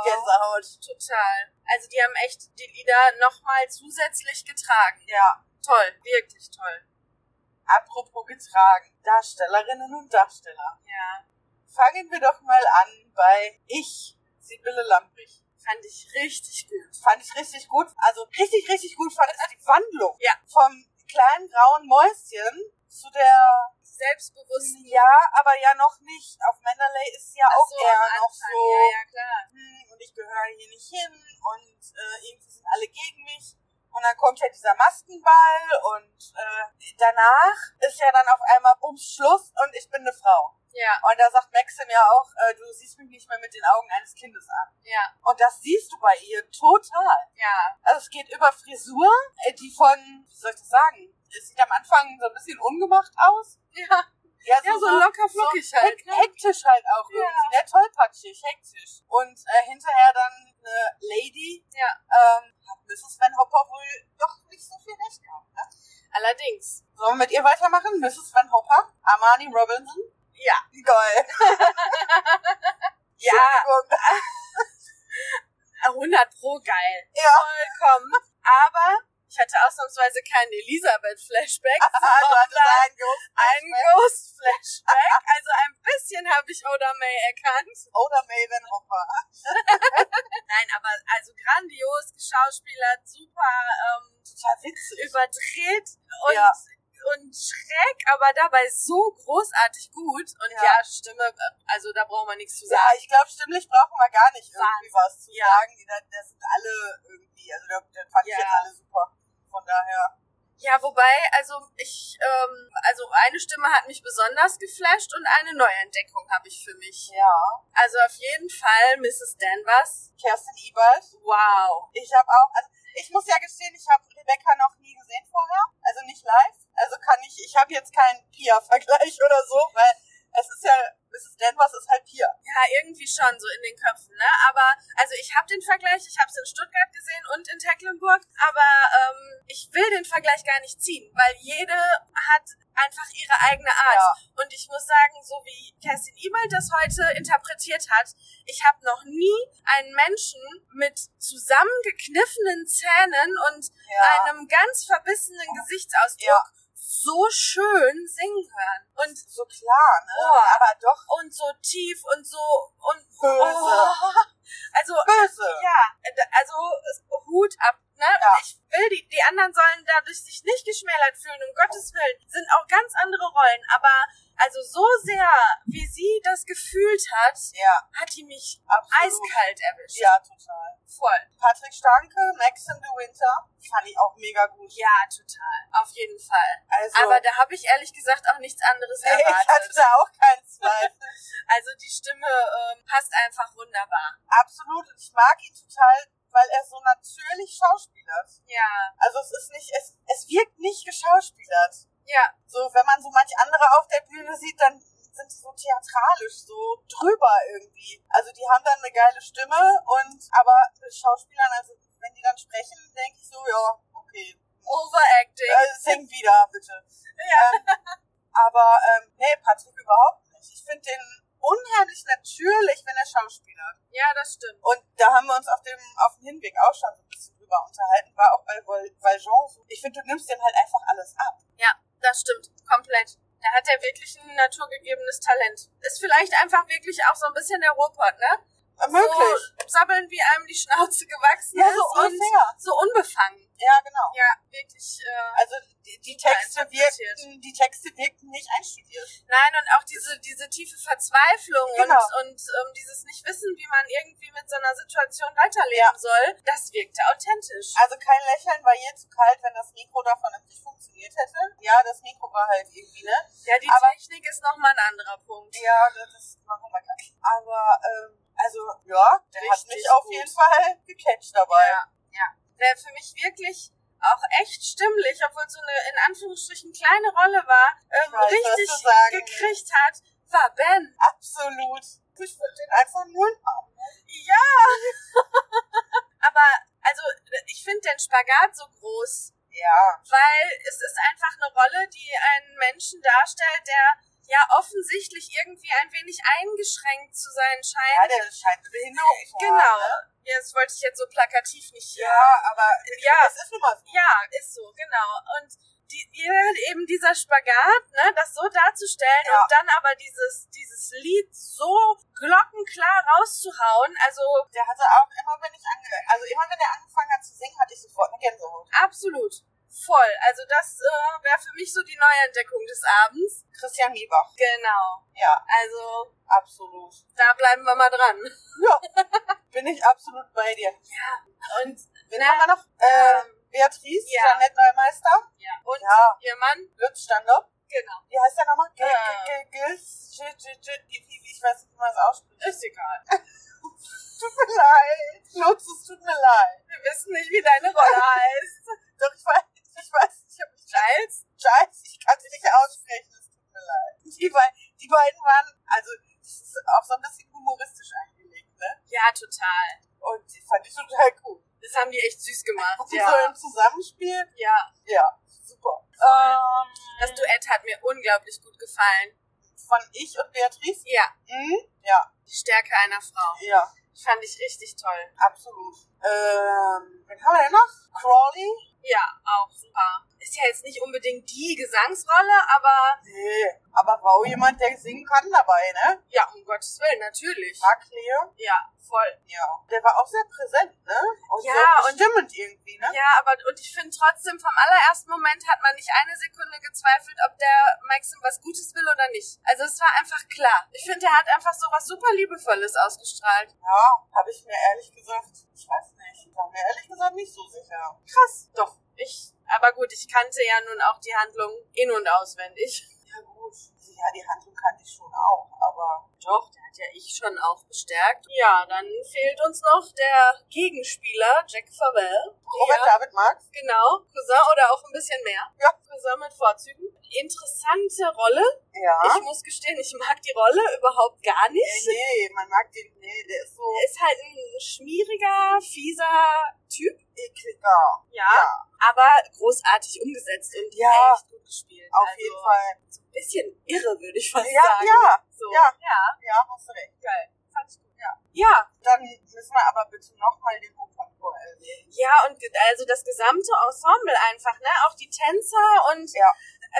[SPEAKER 2] Gänsehaut.
[SPEAKER 1] Total. Also die haben echt die Lieder nochmal zusätzlich getragen.
[SPEAKER 2] Ja,
[SPEAKER 1] Toll, wirklich toll.
[SPEAKER 2] apropos getragen. Darstellerinnen und Darsteller.
[SPEAKER 1] Ja.
[SPEAKER 2] Fangen wir doch mal an bei Ich, Sibylle Lambrich.
[SPEAKER 1] Fand ich richtig gut.
[SPEAKER 2] Fand ich richtig gut. Also richtig, richtig gut fand ich die Wandlung.
[SPEAKER 1] Ja.
[SPEAKER 2] Vom kleinen grauen Mäuschen zu der
[SPEAKER 1] Selbstbewusst.
[SPEAKER 2] Ja, aber ja noch nicht. Auf Mandalay ist ja
[SPEAKER 1] Ach
[SPEAKER 2] Mhm. auch
[SPEAKER 1] so,
[SPEAKER 2] eher
[SPEAKER 1] am
[SPEAKER 2] noch
[SPEAKER 1] Anfang.
[SPEAKER 2] so,
[SPEAKER 1] Ja, ja, klar.
[SPEAKER 2] hm, und ich gehöre hier nicht hin und äh, irgendwie sind alle gegen mich. Und dann kommt ja dieser Maskenball und äh, danach ist ja dann auf einmal Bums Schluss und ich bin eine Frau.
[SPEAKER 1] Ja,
[SPEAKER 2] Und da sagt Maxim ja auch, äh, du siehst mich nicht mehr mit den Augen eines Kindes an.
[SPEAKER 1] ja,
[SPEAKER 2] Und das siehst du bei ihr total.
[SPEAKER 1] ja.
[SPEAKER 2] Also es geht über Frisur, äh, die von, wie soll ich das sagen, es sieht am Anfang so ein bisschen ungemacht aus.
[SPEAKER 1] Ja, ja so
[SPEAKER 2] locker
[SPEAKER 1] locker flockig halt.
[SPEAKER 2] hek-
[SPEAKER 1] ne?
[SPEAKER 2] Hektisch halt auch
[SPEAKER 1] Ja.
[SPEAKER 2] irgendwie, ne? Tollpatschig, hektisch. Und äh, hinterher dann eine Lady,
[SPEAKER 1] Ja.
[SPEAKER 2] ähm, hat Mrs. Van Hopper wohl doch nicht so viel recht gehabt, ne?
[SPEAKER 1] Allerdings.
[SPEAKER 2] Sollen wir mit ihr weitermachen? Mrs. Van Hopper? Armani Robinson?
[SPEAKER 1] Ja.
[SPEAKER 2] Geil.
[SPEAKER 1] Ja,
[SPEAKER 2] Entschuldigung.
[SPEAKER 1] 100 pro geil.
[SPEAKER 2] Ja.
[SPEAKER 1] Vollkommen. Aber ich hatte ausnahmsweise keinen Elisabeth-Flashback,
[SPEAKER 2] Ah, du hattest
[SPEAKER 1] sondern
[SPEAKER 2] einen großen
[SPEAKER 1] einen
[SPEAKER 2] Flashback.
[SPEAKER 1] Ghost-Flashback. Also ein bisschen habe ich Oda May erkannt.
[SPEAKER 2] Oder May Van Hopper.
[SPEAKER 1] Nein, aber also grandios geschauspielert, super ähm,
[SPEAKER 2] Total witzig.
[SPEAKER 1] überdreht und,
[SPEAKER 2] Ja.
[SPEAKER 1] und schräg, aber dabei so großartig gut. Und
[SPEAKER 2] Ja.
[SPEAKER 1] ja, Stimme, äh, also da braucht man nichts zu
[SPEAKER 2] Ja,
[SPEAKER 1] sagen.
[SPEAKER 2] ich glaube, stimmlich brauchen wir gar nicht irgendwie
[SPEAKER 1] Wahnsinn.
[SPEAKER 2] was zu
[SPEAKER 1] Ja.
[SPEAKER 2] sagen. Da, da sind alle irgendwie, also da, da fand
[SPEAKER 1] Ja.
[SPEAKER 2] ich jetzt alle super. Von daher.
[SPEAKER 1] Ja, wobei, also ich, ähm, also eine Stimme hat mich besonders geflasht und eine Neuentdeckung habe ich für mich.
[SPEAKER 2] Ja.
[SPEAKER 1] Also auf jeden Fall Mrs. Danvers.
[SPEAKER 2] Kerstin Ebert.
[SPEAKER 1] Wow.
[SPEAKER 2] Ich habe auch, also ich muss ja gestehen, ich habe Rebecca noch nie gesehen vorher, also nicht live. Also kann ich, ich habe jetzt keinen Pia-Vergleich oder so, weil es ist ja, Mrs. Danvers ist halt Pia.
[SPEAKER 1] Ja, irgendwie schon so in den Köpfen, ne? Aber also ich habe den Vergleich, ich habe es in Stuttgart gesehen und in Tecklenburg, aber ähm, ich will den Vergleich gar nicht ziehen, weil jede hat einfach ihre eigene Art.
[SPEAKER 2] Ja.
[SPEAKER 1] Und ich muss sagen, so wie Kerstin Ebald das heute interpretiert hat, ich habe noch nie einen Menschen mit zusammengekniffenen Zähnen und
[SPEAKER 2] ja.
[SPEAKER 1] einem ganz verbissenen Gesichtsausdruck
[SPEAKER 2] Ja.
[SPEAKER 1] so schön singen hören. Und,
[SPEAKER 2] so klar, ne?
[SPEAKER 1] Boah.
[SPEAKER 2] Aber doch Oh.
[SPEAKER 1] und so tief und so und
[SPEAKER 2] böse.
[SPEAKER 1] also
[SPEAKER 2] Böse.
[SPEAKER 1] ja, d- also es- Hut ab. Ne?
[SPEAKER 2] Ja.
[SPEAKER 1] Ich will die, die anderen sollen dadurch sich nicht geschmälert fühlen, um Gottes Willen. Sind auch ganz andere Rollen, aber also so sehr, wie sie das gefühlt hat,
[SPEAKER 2] Ja,
[SPEAKER 1] hat die mich
[SPEAKER 2] absolut.
[SPEAKER 1] eiskalt erwischt.
[SPEAKER 2] Ja, total.
[SPEAKER 1] Voll.
[SPEAKER 2] Patrick Stanke, Max in the Winter, fand ich auch mega gut.
[SPEAKER 1] Ja, total. Auf jeden Fall.
[SPEAKER 2] Also,
[SPEAKER 1] Aber da habe ich ehrlich gesagt auch nichts anderes
[SPEAKER 2] nee, ich hatte
[SPEAKER 1] erwartet.
[SPEAKER 2] da auch keinen Zweifel.
[SPEAKER 1] Also die Stimme ähm, passt einfach wunderbar.
[SPEAKER 2] Absolut. Ich mag ihn total, weil er so natürlich schauspielert.
[SPEAKER 1] Ja,
[SPEAKER 2] Also es ist nicht, es, es wirkt nicht geschauspielert.
[SPEAKER 1] ja,
[SPEAKER 2] So, wenn man so manch andere auf der Bühne sieht, dann sind die so theatralisch, so drüber irgendwie. Also die haben dann eine geile Stimme und aber mit Schauspielern, also wenn die dann sprechen, denke ich so, ja, okay.
[SPEAKER 1] Overacting.
[SPEAKER 2] Äh, sing wieder, bitte. Ähm, aber ähm, nee, Patrick überhaupt nicht. Ich finde den unheimlich natürlich, wenn er Schauspieler.
[SPEAKER 1] Ja, das stimmt.
[SPEAKER 2] Und da haben wir uns auf dem, auf dem Hinweg auch schon so ein bisschen drüber unterhalten, war auch bei Val- Valjean so. Ich finde, du nimmst dem halt einfach alles ab.
[SPEAKER 1] Das stimmt, komplett. Da hat er wirklich ein naturgegebenes Talent. Ist vielleicht einfach wirklich auch so ein bisschen der Ruhrpott, ne?
[SPEAKER 2] möglich.
[SPEAKER 1] So sabbeln, wie einem die Schnauze gewachsen
[SPEAKER 2] ja,
[SPEAKER 1] ist.
[SPEAKER 2] so
[SPEAKER 1] und
[SPEAKER 2] ungefähr.
[SPEAKER 1] so unbefangen.
[SPEAKER 2] Ja, genau.
[SPEAKER 1] Ja, wirklich. Äh,
[SPEAKER 2] Also die, die Texte
[SPEAKER 1] Ja, interpretiert.
[SPEAKER 2] wirkten, die Texte wirkten nicht einstudiert.
[SPEAKER 1] nein, und auch diese, diese tiefe Verzweiflung
[SPEAKER 2] Genau.
[SPEAKER 1] und, und ähm, dieses Nicht-Wissen, wie man irgendwie mit so einer Situation weiterleben soll, das wirkte authentisch.
[SPEAKER 2] Also kein Lächeln war je zu kalt, wenn das Mikro davon nicht funktioniert hätte. Ja, das Mikro war halt irgendwie, ne?
[SPEAKER 1] ja, die
[SPEAKER 2] aber-
[SPEAKER 1] Technik ist nochmal ein anderer Punkt.
[SPEAKER 2] Ja, das ist machen wir gleich. Aber ähm, also ja, der hat
[SPEAKER 1] Richtig
[SPEAKER 2] mich auf
[SPEAKER 1] gut.
[SPEAKER 2] jeden Fall gecatcht dabei.
[SPEAKER 1] Ja, ja. Der für mich wirklich auch echt stimmlich, obwohl es so eine in Anführungsstrichen kleine Rolle war, ähm,
[SPEAKER 2] weiß, was
[SPEAKER 1] richtig
[SPEAKER 2] du sagen
[SPEAKER 1] gekriegt hat, war Ben.
[SPEAKER 2] Absolut. Ich würde den einfach nur
[SPEAKER 1] Ja! Aber, also, ich finde den Spagat so groß,
[SPEAKER 2] ja,
[SPEAKER 1] weil es ist einfach eine Rolle, die einen Menschen darstellt, der ja offensichtlich irgendwie ein wenig eingeschränkt zu sein
[SPEAKER 2] ja,
[SPEAKER 1] scheint.
[SPEAKER 2] der scheint eine Behinderung zu
[SPEAKER 1] genau.
[SPEAKER 2] haben. ne?
[SPEAKER 1] Ja, das wollte ich jetzt so plakativ nicht.
[SPEAKER 2] Ja, aber
[SPEAKER 1] ja,
[SPEAKER 2] das ist nun mal so.
[SPEAKER 1] Ja, ist so, genau. Und die, ihr- eben dieser Spagat, ne, das so darzustellen
[SPEAKER 2] Ja.
[SPEAKER 1] und dann aber dieses, dieses Lied so glockenklar rauszuhauen, also
[SPEAKER 2] Der hatte auch immer, wenn ich ange also immer wenn er angefangen hat zu singen, hatte ich sofort eine Gänsehaut.
[SPEAKER 1] absolut voll. Also das äh, wäre für mich so die Neuentdeckung des Abends.
[SPEAKER 2] Christian Liebach.
[SPEAKER 1] Genau.
[SPEAKER 2] Ja,
[SPEAKER 1] Also
[SPEAKER 2] absolut.
[SPEAKER 1] da bleiben wir mal dran.
[SPEAKER 2] Bin ich absolut bei dir.
[SPEAKER 1] Und
[SPEAKER 2] Wen
[SPEAKER 1] Na,
[SPEAKER 2] haben wir noch? Äh, Beatrice,
[SPEAKER 1] ja.
[SPEAKER 2] Janette Neumeister.
[SPEAKER 1] Ähm, ja, und
[SPEAKER 2] Ja,
[SPEAKER 1] ihr Mann,
[SPEAKER 2] Lutz Standop.
[SPEAKER 1] genau.
[SPEAKER 2] Wie heißt der nochmal? Gil,
[SPEAKER 1] Ah.
[SPEAKER 2] Gil, Gil, Gil, Gil, Gil, Gil, ich weiß nicht, wie man es ausspricht.
[SPEAKER 1] Ist egal.
[SPEAKER 2] Tut mir leid. Lutz, es tut mir leid.
[SPEAKER 1] Wir wissen nicht, wie deine Rolle heißt.
[SPEAKER 2] Doch, ich weiß, ich weiß, ich habe mich
[SPEAKER 1] Giles?
[SPEAKER 2] Scheiße, ich kann sie nicht aussprechen, es tut mir leid. Die, bei- die beiden waren, also, das ist auch so ein bisschen humoristisch angelegt, ne?
[SPEAKER 1] Ja, total.
[SPEAKER 2] Und die fand ich total cool.
[SPEAKER 1] Das haben die echt süß gemacht.
[SPEAKER 2] Und die so
[SPEAKER 1] Ja.
[SPEAKER 2] im Zusammenspiel,
[SPEAKER 1] ja.
[SPEAKER 2] ja, super.
[SPEAKER 1] Voll. Das
[SPEAKER 2] Ähm,
[SPEAKER 1] Duett hat mir unglaublich gut gefallen.
[SPEAKER 2] von ich und Beatrice?
[SPEAKER 1] Ja,
[SPEAKER 2] Mhm. Ja,
[SPEAKER 1] die Stärke einer Frau.
[SPEAKER 2] ja,
[SPEAKER 1] Fand ich richtig toll.
[SPEAKER 2] absolut. Ähm, wen haben wir denn noch? Crawley?
[SPEAKER 1] Ja, auch super. Ist ja jetzt nicht unbedingt die Gesangsrolle, aber
[SPEAKER 2] Nee, aber war auch jemand, der singen kann dabei, ne?
[SPEAKER 1] ja, um Gottes Willen, natürlich.
[SPEAKER 2] Mark Leo?
[SPEAKER 1] Ja, voll.
[SPEAKER 2] Ja. Der war auch sehr präsent, ne? Und
[SPEAKER 1] Ja,
[SPEAKER 2] so
[SPEAKER 1] und-
[SPEAKER 2] bestimmend irgendwie, ne?
[SPEAKER 1] Ja, aber und ich finde trotzdem, vom allerersten Moment hat man nicht eine Sekunde gezweifelt, ob der Maxim was Gutes will oder nicht. Also es war einfach klar. Ich finde, er hat einfach so was super Liebevolles ausgestrahlt.
[SPEAKER 2] Ja, habe ich mir ehrlich gesagt, ich weiß nicht, ich war mir ehrlich gesagt nicht so sicher.
[SPEAKER 1] Krass. Doch, ich. Aber gut, ich kannte ja nun auch die Handlung in- und auswendig.
[SPEAKER 2] Ja gut, also, ja, die Handlung kannte ich schon auch, aber
[SPEAKER 1] Doch, der hat ja ich schon auch bestärkt. Ja, dann fehlt uns noch der Gegenspieler, Jack Favell.
[SPEAKER 2] Robert David Marx,
[SPEAKER 1] Genau, Cousin oder auch ein bisschen mehr.
[SPEAKER 2] Ja.
[SPEAKER 1] Cousin mit Vorzügen. Interessante Rolle.
[SPEAKER 2] ja.
[SPEAKER 1] Ich muss gestehen, ich mag die Rolle überhaupt gar
[SPEAKER 2] Äh,
[SPEAKER 1] nicht.
[SPEAKER 2] nee, man mag den, nee, der ist so
[SPEAKER 1] Ist halt ein schmieriger, fieser Typ.
[SPEAKER 2] ekliger.
[SPEAKER 1] Ja.
[SPEAKER 2] Ja,
[SPEAKER 1] Aber großartig umgesetzt und
[SPEAKER 2] Ja.
[SPEAKER 1] echt gut gespielt.
[SPEAKER 2] auf
[SPEAKER 1] also,
[SPEAKER 2] jeden Fall.
[SPEAKER 1] Ein bisschen irre, würde ich fast
[SPEAKER 2] Ja,
[SPEAKER 1] sagen.
[SPEAKER 2] ja,
[SPEAKER 1] So.
[SPEAKER 2] ja.
[SPEAKER 1] ja.
[SPEAKER 2] ja, hast du recht.
[SPEAKER 1] Geil. Fand ich gut.
[SPEAKER 2] Ja.
[SPEAKER 1] ja,
[SPEAKER 2] Dann müssen wir aber bitte nochmal den Opernchor erwähnen.
[SPEAKER 1] Ja, und ge- also das gesamte Ensemble einfach, ne? Auch die Tänzer und
[SPEAKER 2] Ja.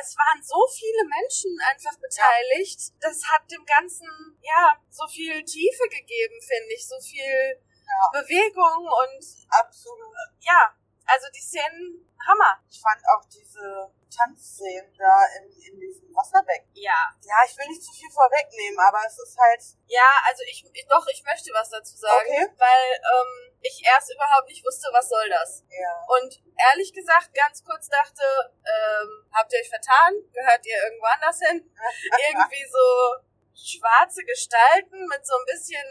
[SPEAKER 1] es waren so viele Menschen einfach beteiligt. Das hat dem Ganzen, ja, so viel Tiefe gegeben, finde ich. So viel
[SPEAKER 2] Ja.
[SPEAKER 1] Bewegung und
[SPEAKER 2] Absolut.
[SPEAKER 1] ja, also die Szenen, Hammer.
[SPEAKER 2] Ich fand auch diese Tanzszenen da in, in diesem Wasserbecken.
[SPEAKER 1] Ja.
[SPEAKER 2] Ja, ich will nicht zu viel vorwegnehmen, aber es ist halt,
[SPEAKER 1] Ja, also ich, ich doch, ich möchte was dazu sagen,
[SPEAKER 2] Okay.
[SPEAKER 1] weil ähm, ich erst überhaupt nicht wusste, was soll das.
[SPEAKER 2] ja,
[SPEAKER 1] Und ehrlich gesagt, ganz kurz dachte, ähm, habt ihr euch vertan? Gehört ihr irgendwo anders hin? Irgendwie so schwarze Gestalten mit so ein bisschen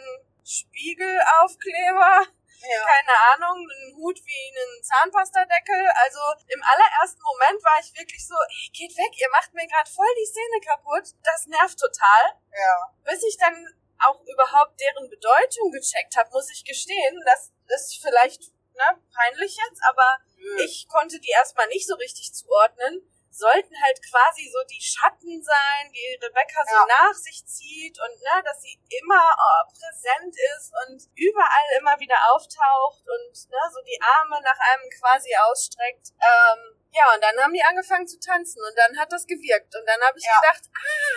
[SPEAKER 1] Spiegelaufkleber,
[SPEAKER 2] ja.
[SPEAKER 1] keine Ahnung, einen Hut wie einen Zahnpastadeckel. Also im allerersten Moment war ich wirklich so, ey, geht weg, ihr macht mir gerade voll die Szene kaputt. Das nervt total
[SPEAKER 2] ja.
[SPEAKER 1] bis ich dann auch überhaupt deren Bedeutung gecheckt habe, muss ich gestehen, das ist vielleicht ne, peinlich jetzt, aber
[SPEAKER 2] Nö.
[SPEAKER 1] ich konnte die erstmal nicht so richtig zuordnen. Sollten halt quasi so die Schatten sein, die Rebecca so
[SPEAKER 2] Ja.
[SPEAKER 1] nach sich zieht und ne, dass sie immer oh, präsent ist und überall immer wieder auftaucht und ne, so die Arme nach einem quasi ausstreckt. Ähm, Ja, und dann haben die angefangen zu tanzen und dann hat das gewirkt. Und dann habe ich
[SPEAKER 2] Ja.
[SPEAKER 1] gedacht,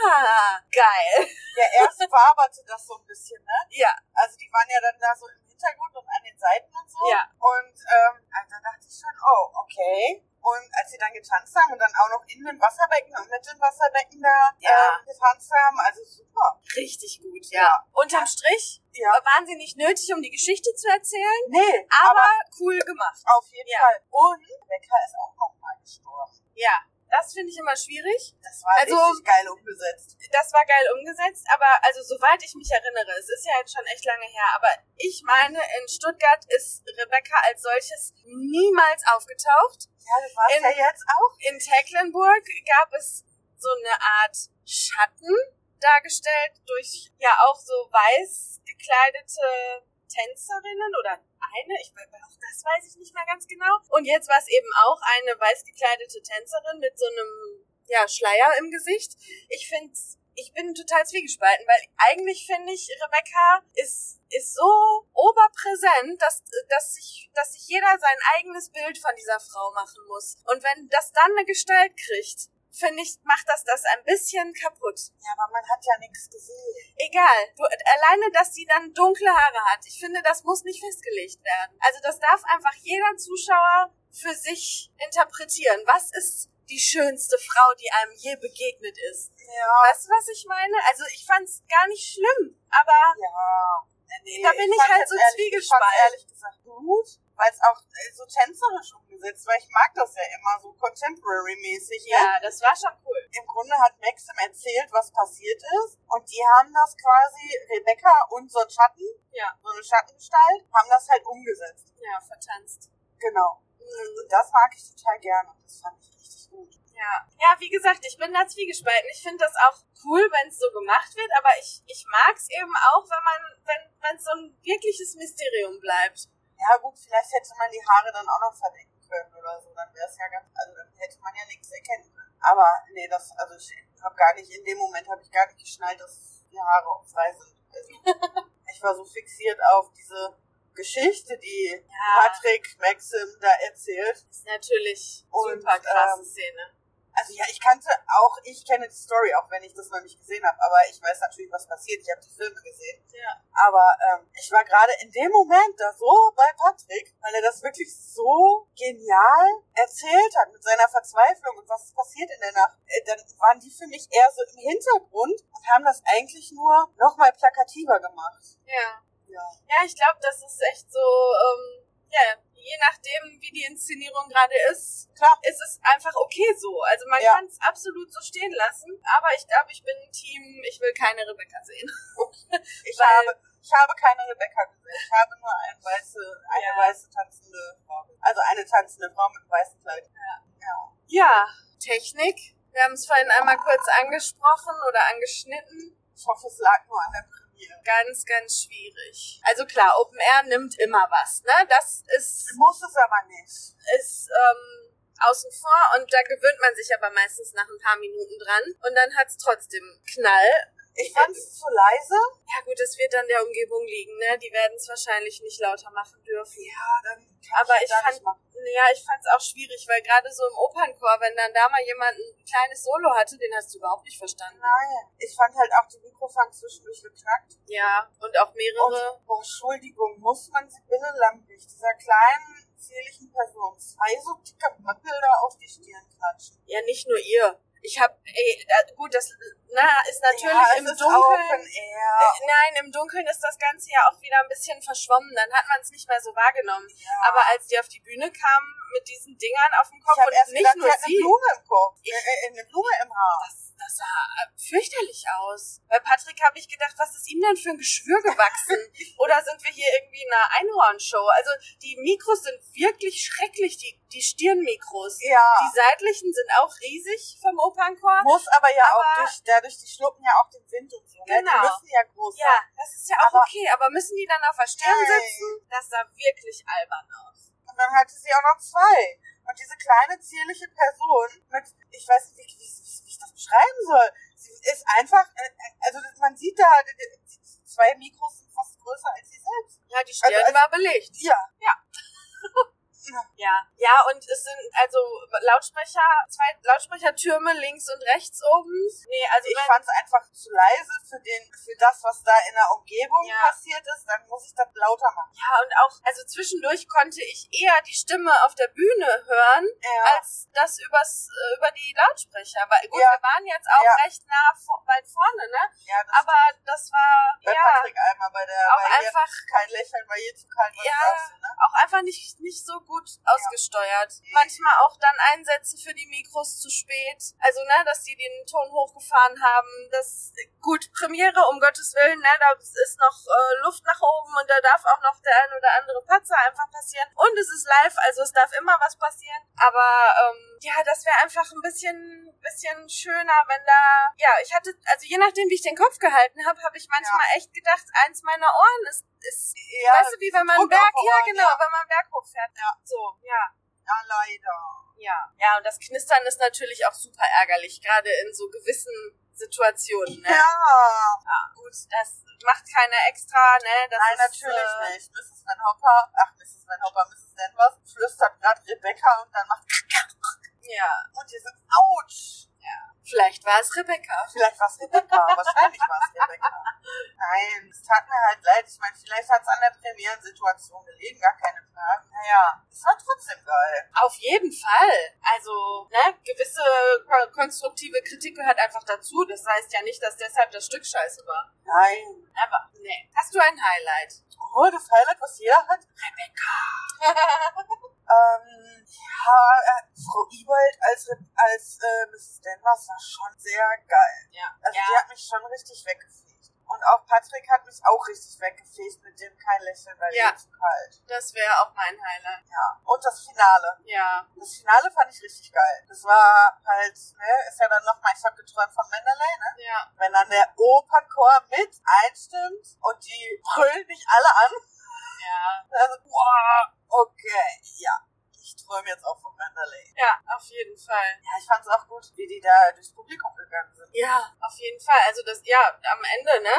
[SPEAKER 1] ah, geil.
[SPEAKER 2] Der erste verarbeitet das so ein bisschen, ne?
[SPEAKER 1] Ja,
[SPEAKER 2] Also die waren ja dann da so im Hintergrund und an den Seiten und so.
[SPEAKER 1] Ja.
[SPEAKER 2] Und ähm, also da dachte ich schon, oh, okay. Und als sie dann getanzt haben und dann auch noch in dem Wasserbecken und mit dem Wasserbecken da
[SPEAKER 1] Ja.
[SPEAKER 2] ähm, getanzt haben, also super.
[SPEAKER 1] richtig gut, ja.
[SPEAKER 2] Ja.
[SPEAKER 1] Unterm Strich
[SPEAKER 2] Ja.
[SPEAKER 1] waren sie nicht nötig, um die Geschichte zu erzählen,
[SPEAKER 2] Nee,
[SPEAKER 1] aber,
[SPEAKER 2] aber,
[SPEAKER 1] cool gemacht.
[SPEAKER 2] auf jeden
[SPEAKER 1] Ja.
[SPEAKER 2] Fall. Und Rebecca ist auch nochmal gestorben.
[SPEAKER 1] Ja, das finde ich immer schwierig.
[SPEAKER 2] Das war
[SPEAKER 1] Also-
[SPEAKER 2] richtig geil umgesetzt.
[SPEAKER 1] Das war geil umgesetzt, aber also soweit ich mich erinnere, es ist ja jetzt schon echt lange her, aber ich meine, in Stuttgart ist Rebecca als solches niemals aufgetaucht.
[SPEAKER 2] Ja, das war
[SPEAKER 1] In-
[SPEAKER 2] ja jetzt auch.
[SPEAKER 1] In Tecklenburg gab es so eine Art Schatten, dargestellt durch ja auch so weiß gekleidete Tänzerinnen oder eine, ich weiß, auch das weiß ich nicht mehr ganz genau. Und jetzt war es eben auch eine weiß gekleidete Tänzerin mit so einem ja, Schleier im Gesicht. Ich find's, ich bin total zwiegespalten, weil eigentlich finde ich, Rebecca ist, ist so oberpräsent, dass, dass sich, dass sich jeder sein eigenes Bild von dieser Frau machen muss. Und wenn das dann eine Gestalt kriegt, finde ich, macht das das ein bisschen kaputt.
[SPEAKER 2] Ja, aber man hat ja nichts gesehen.
[SPEAKER 1] Egal. Du, alleine, dass sie dann dunkle Haare hat. Ich finde, das muss nicht festgelegt werden. Also das darf einfach jeder Zuschauer für sich interpretieren. Was ist die schönste Frau, die einem je begegnet ist?
[SPEAKER 2] Ja.
[SPEAKER 1] Weißt du, was ich meine? Also ich fand's gar nicht schlimm, aber
[SPEAKER 2] Ja. Nee,
[SPEAKER 1] Da bin ich
[SPEAKER 2] fand
[SPEAKER 1] halt
[SPEAKER 2] das
[SPEAKER 1] so
[SPEAKER 2] Ich fand's
[SPEAKER 1] zwiegespalten.
[SPEAKER 2] ehrlich gesagt gut, weil es auch äh, so tänzerisch umgesetzt war. Ich mag das ja immer so contemporary-mäßig. Ne?
[SPEAKER 1] das war schon cool.
[SPEAKER 2] Im Grunde hat Maxim erzählt, was passiert ist. Und die haben das quasi, Rebecca und so ein Schatten,
[SPEAKER 1] Ja.
[SPEAKER 2] so eine Schattengestalt, haben das halt umgesetzt.
[SPEAKER 1] Ja, vertanzt.
[SPEAKER 2] Genau.
[SPEAKER 1] Mhm.
[SPEAKER 2] Und das mag ich total gerne. Das fand ich richtig gut.
[SPEAKER 1] Ja. ja, wie gesagt, ich bin da zwiegespalten. Ich finde das auch cool, wenn es so gemacht wird, aber ich, ich mag's eben auch, wenn man, wenn wenn so ein wirkliches Mysterium bleibt.
[SPEAKER 2] Ja gut, vielleicht hätte man die Haare dann auch noch verdecken können oder so. Dann wäre es ja ganz, also dann hätte man ja nichts erkennen können. Aber nee, das, also ich habe gar nicht, in dem Moment habe ich gar nicht geschnallt, dass die Haare auch frei sind. Also, ich war so fixiert auf diese Geschichte, die
[SPEAKER 1] Ja,
[SPEAKER 2] Patrick Maxim da erzählt.
[SPEAKER 1] ist natürlich
[SPEAKER 2] Und,
[SPEAKER 1] super krasse
[SPEAKER 2] ähm,
[SPEAKER 1] Szene.
[SPEAKER 2] Also ja, ich kannte auch, ich kenne die Story, auch wenn ich das noch nicht gesehen habe, aber ich weiß natürlich, was passiert. Ich habe die Filme gesehen.
[SPEAKER 1] Ja.
[SPEAKER 2] Aber ähm, ich war gerade in dem Moment da so bei Patrick, weil er das wirklich so genial erzählt hat mit seiner Verzweiflung und was ist passiert in der Nacht. Äh, dann waren die für mich eher so im Hintergrund und haben das eigentlich nur nochmal plakativer gemacht.
[SPEAKER 1] Ja.
[SPEAKER 2] Ja.
[SPEAKER 1] Ja, ich glaube, das ist echt so, ähm, ja, je nachdem, wie die Inszenierung gerade ist,
[SPEAKER 2] Klar.
[SPEAKER 1] ist es einfach okay so. Also man
[SPEAKER 2] Ja.
[SPEAKER 1] kann es absolut so stehen lassen, aber ich glaube, ich bin ein Team, ich will keine Rebecca sehen.
[SPEAKER 2] Ich
[SPEAKER 1] Weil-
[SPEAKER 2] habe, ich habe keine Rebecca gesehen. Ich habe nur eine weiße, eine
[SPEAKER 1] Ja.
[SPEAKER 2] weiße tanzende Frau. gesehen. Also eine tanzende Frau mit einem weißen Kleid.
[SPEAKER 1] Ja, Technik. Wir haben es vorhin einmal kurz angesprochen oder angeschnitten.
[SPEAKER 2] Ich hoffe, es lag nur an der Premiere.
[SPEAKER 1] Ganz, ganz schwierig. Also klar, Open Air nimmt immer was, ne? Das ist
[SPEAKER 2] Muss es aber nicht.
[SPEAKER 1] ist ähm, außen vor und da gewöhnt man sich aber meistens nach ein paar Minuten dran und dann hat's trotzdem Knall.
[SPEAKER 2] Ich fand es zu leise.
[SPEAKER 1] Ja gut, das wird dann der Umgebung liegen, ne? Die werden es wahrscheinlich nicht lauter machen dürfen.
[SPEAKER 2] Ja, dann kann
[SPEAKER 1] Aber ich
[SPEAKER 2] da
[SPEAKER 1] fand-
[SPEAKER 2] nicht machen.
[SPEAKER 1] Ja, ich fand's auch schwierig, weil gerade so im Opernchor, wenn dann da mal jemand ein kleines Solo hatte, den hast du überhaupt nicht verstanden.
[SPEAKER 2] Nein. Ich fand halt auch die Mikrofon zwischendurch geknackt.
[SPEAKER 1] Ja, und auch mehrere.
[SPEAKER 2] Und, oh, Entschuldigung, muss man Sibylle Lambich, dieser kleinen, zierlichen Person, zwei so dicke Möppel da auf die Stirn klatschen?
[SPEAKER 1] Ja, nicht nur ihr. Ich hab, ey, da- gut, das, na, ist natürlich
[SPEAKER 2] ja, es
[SPEAKER 1] im
[SPEAKER 2] ist
[SPEAKER 1] Dunkeln.
[SPEAKER 2] Open Air.
[SPEAKER 1] Äh, Nein, im Dunkeln ist das Ganze ja auch wieder ein bisschen verschwommen. Dann hat man es nicht mehr so wahrgenommen.
[SPEAKER 2] Ja.
[SPEAKER 1] Aber als die auf die Bühne kamen mit diesen Dingern auf dem Kopf
[SPEAKER 2] ich habe
[SPEAKER 1] und
[SPEAKER 2] erst
[SPEAKER 1] nicht
[SPEAKER 2] gedacht,
[SPEAKER 1] nur
[SPEAKER 2] sie hat eine
[SPEAKER 1] sie,
[SPEAKER 2] Blume im Kopf.
[SPEAKER 1] Ich-
[SPEAKER 2] Äh, äh, eine Blume im Haar.
[SPEAKER 1] das, das sah äh, fürchterlich aus. Bei Patrick habe ich gedacht, was ist ihm denn für ein Geschwür gewachsen? Oder sind wir hier irgendwie in einer Einhornshow? Also die Mikros sind wirklich schrecklich, die, die Stirnmikros.
[SPEAKER 2] Ja.
[SPEAKER 1] Die seitlichen sind auch riesig vom Opernchor.
[SPEAKER 2] Muss aber ja auch
[SPEAKER 1] Aber-
[SPEAKER 2] durch, dadurch, die schlucken ja auch den Wind und so. Ne?
[SPEAKER 1] Genau.
[SPEAKER 2] Die müssen ja groß sein.
[SPEAKER 1] Ja, das ist ja auch
[SPEAKER 2] Aber-
[SPEAKER 1] okay, aber müssen die dann auf der Stirn
[SPEAKER 2] Nein.
[SPEAKER 1] sitzen? Das sah wirklich albern aus.
[SPEAKER 2] Und dann hatte sie auch noch zwei. Und diese kleine, zierliche Person mit, ich weiß nicht, wie, wie, wie, wie ich das beschreiben soll. Sie ist einfach, äh, also man sieht da, die- die- die zwei Mikros sind fast größer als sie selbst.
[SPEAKER 1] Ja, die Stirn
[SPEAKER 2] Also als-
[SPEAKER 1] war belegt.
[SPEAKER 2] Ja.
[SPEAKER 1] Ja. Ja, ja, und es sind also Lautsprecher, zwei Lautsprechertürme links und rechts oben. Nee, also
[SPEAKER 2] ich
[SPEAKER 1] wenn-
[SPEAKER 2] fand es einfach zu leise für den, für das, was da in der Umgebung
[SPEAKER 1] Ja.
[SPEAKER 2] passiert ist. Dann muss ich das lauter machen.
[SPEAKER 1] ja, und auch, also zwischendurch konnte ich eher die Stimme auf der Bühne hören,
[SPEAKER 2] Ja.
[SPEAKER 1] als das übers, äh, über die Lautsprecher. Weil gut,
[SPEAKER 2] Ja.
[SPEAKER 1] wir waren jetzt auch
[SPEAKER 2] Ja.
[SPEAKER 1] recht nah vor, weit vorne, ne?
[SPEAKER 2] ja, das
[SPEAKER 1] Aber das war
[SPEAKER 2] bei
[SPEAKER 1] ja
[SPEAKER 2] Patrick einmal bei der,
[SPEAKER 1] auch
[SPEAKER 2] bei ihr
[SPEAKER 1] einfach,
[SPEAKER 2] kein Lächeln, bei ihr zu kalt war
[SPEAKER 1] Ja.
[SPEAKER 2] das auch so, ne?
[SPEAKER 1] auch einfach nicht, nicht so gut ausgesteuert.
[SPEAKER 2] Ja.
[SPEAKER 1] Manchmal auch dann Einsätze für die Mikros zu spät. Also, ne, dass die den Ton hochgefahren haben. Das, gut, Premiere, um Gottes Willen, ne, da ist noch äh, Luft nach oben und da darf auch noch der ein oder andere Patzer einfach passieren. Und es ist live, also es darf immer was passieren. Aber, ähm, ja, das wäre einfach ein bisschen, bisschen schöner, wenn da, ja, ich hatte, also je nachdem, wie ich den Kopf gehalten habe, habe ich manchmal echt gedacht, eins meiner Ohren ist, ist
[SPEAKER 2] Ja,
[SPEAKER 1] weißt du, wie wenn man einen
[SPEAKER 2] Druck auf
[SPEAKER 1] Berg,
[SPEAKER 2] die
[SPEAKER 1] ja
[SPEAKER 2] Ohren,
[SPEAKER 1] genau,
[SPEAKER 2] ja.
[SPEAKER 1] wenn man einen Berg hochfährt. Ja. So, ja.
[SPEAKER 2] ja, leider.
[SPEAKER 1] Ja. Ja, und das Knistern ist natürlich auch super ärgerlich, gerade in so gewissen Situationen, ne?
[SPEAKER 2] Ja,
[SPEAKER 1] Gut, das macht keiner extra, ne? Das
[SPEAKER 2] nein,
[SPEAKER 1] ist,
[SPEAKER 2] natürlich
[SPEAKER 1] äh,
[SPEAKER 2] nicht. Mrs. Van Hopper, ach, Mrs. Van Hopper, Mrs. Danvers flüstert gerade Rebecca und dann macht
[SPEAKER 1] Ja.
[SPEAKER 2] und ihr sagt, ouch.
[SPEAKER 1] Vielleicht war es Rebecca.
[SPEAKER 2] Vielleicht war es Rebecca, wahrscheinlich war es Rebecca. Nein, es tat mir halt leid. Ich meine, vielleicht hat es an der Premierensituation gelegen, gar keine Frage. Naja, es war trotzdem geil.
[SPEAKER 1] Auf jeden Fall. Also, ne? Gewisse ko- konstruktive Kritik gehört einfach dazu. Das heißt ja nicht, dass deshalb das Stück scheiße war.
[SPEAKER 2] Nein.
[SPEAKER 1] Aber, nee. Hast du ein Highlight?
[SPEAKER 2] Oh, das Highlight, was jeder hat? Ähm, ja, äh, Frau Ewald als, Re- als äh, Mrs. Danvers war schon sehr geil.
[SPEAKER 1] ja.
[SPEAKER 2] Also die
[SPEAKER 1] ja.
[SPEAKER 2] hat mich schon richtig weggefegt. Und auch Patrick hat mich auch richtig weggefegt mit dem kein Lächeln, weil
[SPEAKER 1] Ja.
[SPEAKER 2] ja. zu kalt.
[SPEAKER 1] Das wäre auch mein Highlight.
[SPEAKER 2] Ja. Und das Finale.
[SPEAKER 1] Ja.
[SPEAKER 2] Das Finale fand ich richtig geil. Das war halt, ne, ist ja dann nochmal, ich hab geträumt von Mandalay, ne?
[SPEAKER 1] Ja.
[SPEAKER 2] Wenn dann der Opernchor mit einstimmt und die brüllen mich alle an.
[SPEAKER 1] Ja,
[SPEAKER 2] Also, wow, okay, ja. Ich träume jetzt auch von Mandalay.
[SPEAKER 1] ja, auf jeden Fall.
[SPEAKER 2] Ja, ich fand's auch gut, wie die da durchs Publikum gegangen sind.
[SPEAKER 1] Ja, auf jeden Fall. Also das, ja, am Ende, ne?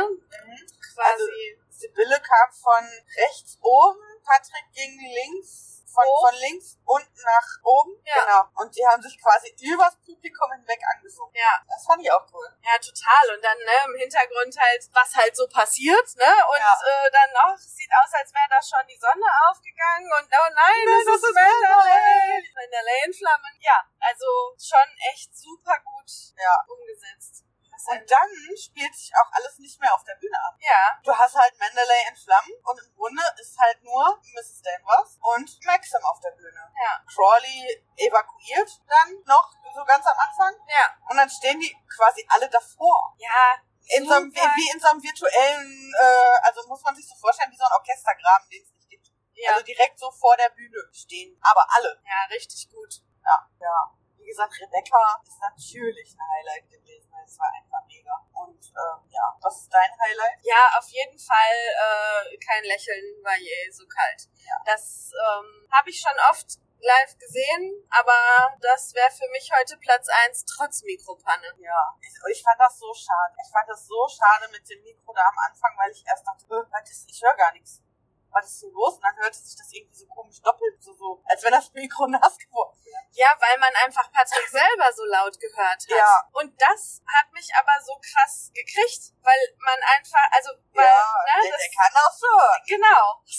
[SPEAKER 2] Also
[SPEAKER 1] Quasi.
[SPEAKER 2] Sibylle kam von rechts oben, Patrick ging links, von,
[SPEAKER 1] Hoch.
[SPEAKER 2] von links unten nach oben.
[SPEAKER 1] Ja.
[SPEAKER 2] Genau. Und die haben sich quasi übers Publikum hinweg angesungen.
[SPEAKER 1] ja,
[SPEAKER 2] Das fand ich auch cool.
[SPEAKER 1] ja, total. Und dann, ne, im Hintergrund halt, was halt so passiert, ne? Und
[SPEAKER 2] Ja.
[SPEAKER 1] äh, dann noch, sieht aus, als wäre da schon die Sonne aufgegangen und oh nein,
[SPEAKER 2] Nein,
[SPEAKER 1] es
[SPEAKER 2] das
[SPEAKER 1] ist,
[SPEAKER 2] ist
[SPEAKER 1] Mandalay.
[SPEAKER 2] Mandalay.
[SPEAKER 1] Mandalay in Flammen. Ja, also schon echt super gut
[SPEAKER 2] Ja.
[SPEAKER 1] umgesetzt. Das ist
[SPEAKER 2] Und
[SPEAKER 1] ein-
[SPEAKER 2] dann spielt sich auch alles nicht mehr auf der Bühne ab.
[SPEAKER 1] Ja,
[SPEAKER 2] Du hast halt Mandalay in Flammen und im Grunde ist halt nur Mrs. Danvers und Maxim auf der Bühne.
[SPEAKER 1] ja,
[SPEAKER 2] Crawley evakuiert dann noch, so ganz am Anfang.
[SPEAKER 1] ja.
[SPEAKER 2] Und dann stehen die quasi alle davor.
[SPEAKER 1] Ja,
[SPEAKER 2] In so einem, wie,
[SPEAKER 1] Super.
[SPEAKER 2] wie in so einem virtuellen, äh, also muss man sich so vorstellen, wie so ein Orchestergraben, den es nicht gibt.
[SPEAKER 1] ja,
[SPEAKER 2] Also direkt so vor der Bühne stehen, aber alle.
[SPEAKER 1] ja, richtig gut.
[SPEAKER 2] Ja, ja. Wie gesagt, Rebecca ist natürlich ein Highlight gewesen. weil Es war einfach mega. Und ähm, ja, was ist dein Highlight?
[SPEAKER 1] Ja, auf jeden Fall äh, kein Lächeln war je so kalt.
[SPEAKER 2] Ja.
[SPEAKER 1] Das ähm, habe ich schon oft live gesehen, aber das wäre für mich heute Platz eins trotz Mikropanne.
[SPEAKER 2] Ja, ich, ich fand das so schade. Ich fand das so schade mit dem Mikro da am Anfang, weil ich erst dachte, äh, was ist, ich höre gar nichts. Was ist hier los? Und dann hörte sich das irgendwie so komisch doppelt so, so als wenn das Mikro nass geworden
[SPEAKER 1] Ja, weil man einfach Patrick selber so laut gehört hat.
[SPEAKER 2] Ja.
[SPEAKER 1] Und das hat mich aber so krass gekriegt, weil man einfach, also weil, ne,
[SPEAKER 2] der,
[SPEAKER 1] das,
[SPEAKER 2] der kann das schon.
[SPEAKER 1] genau.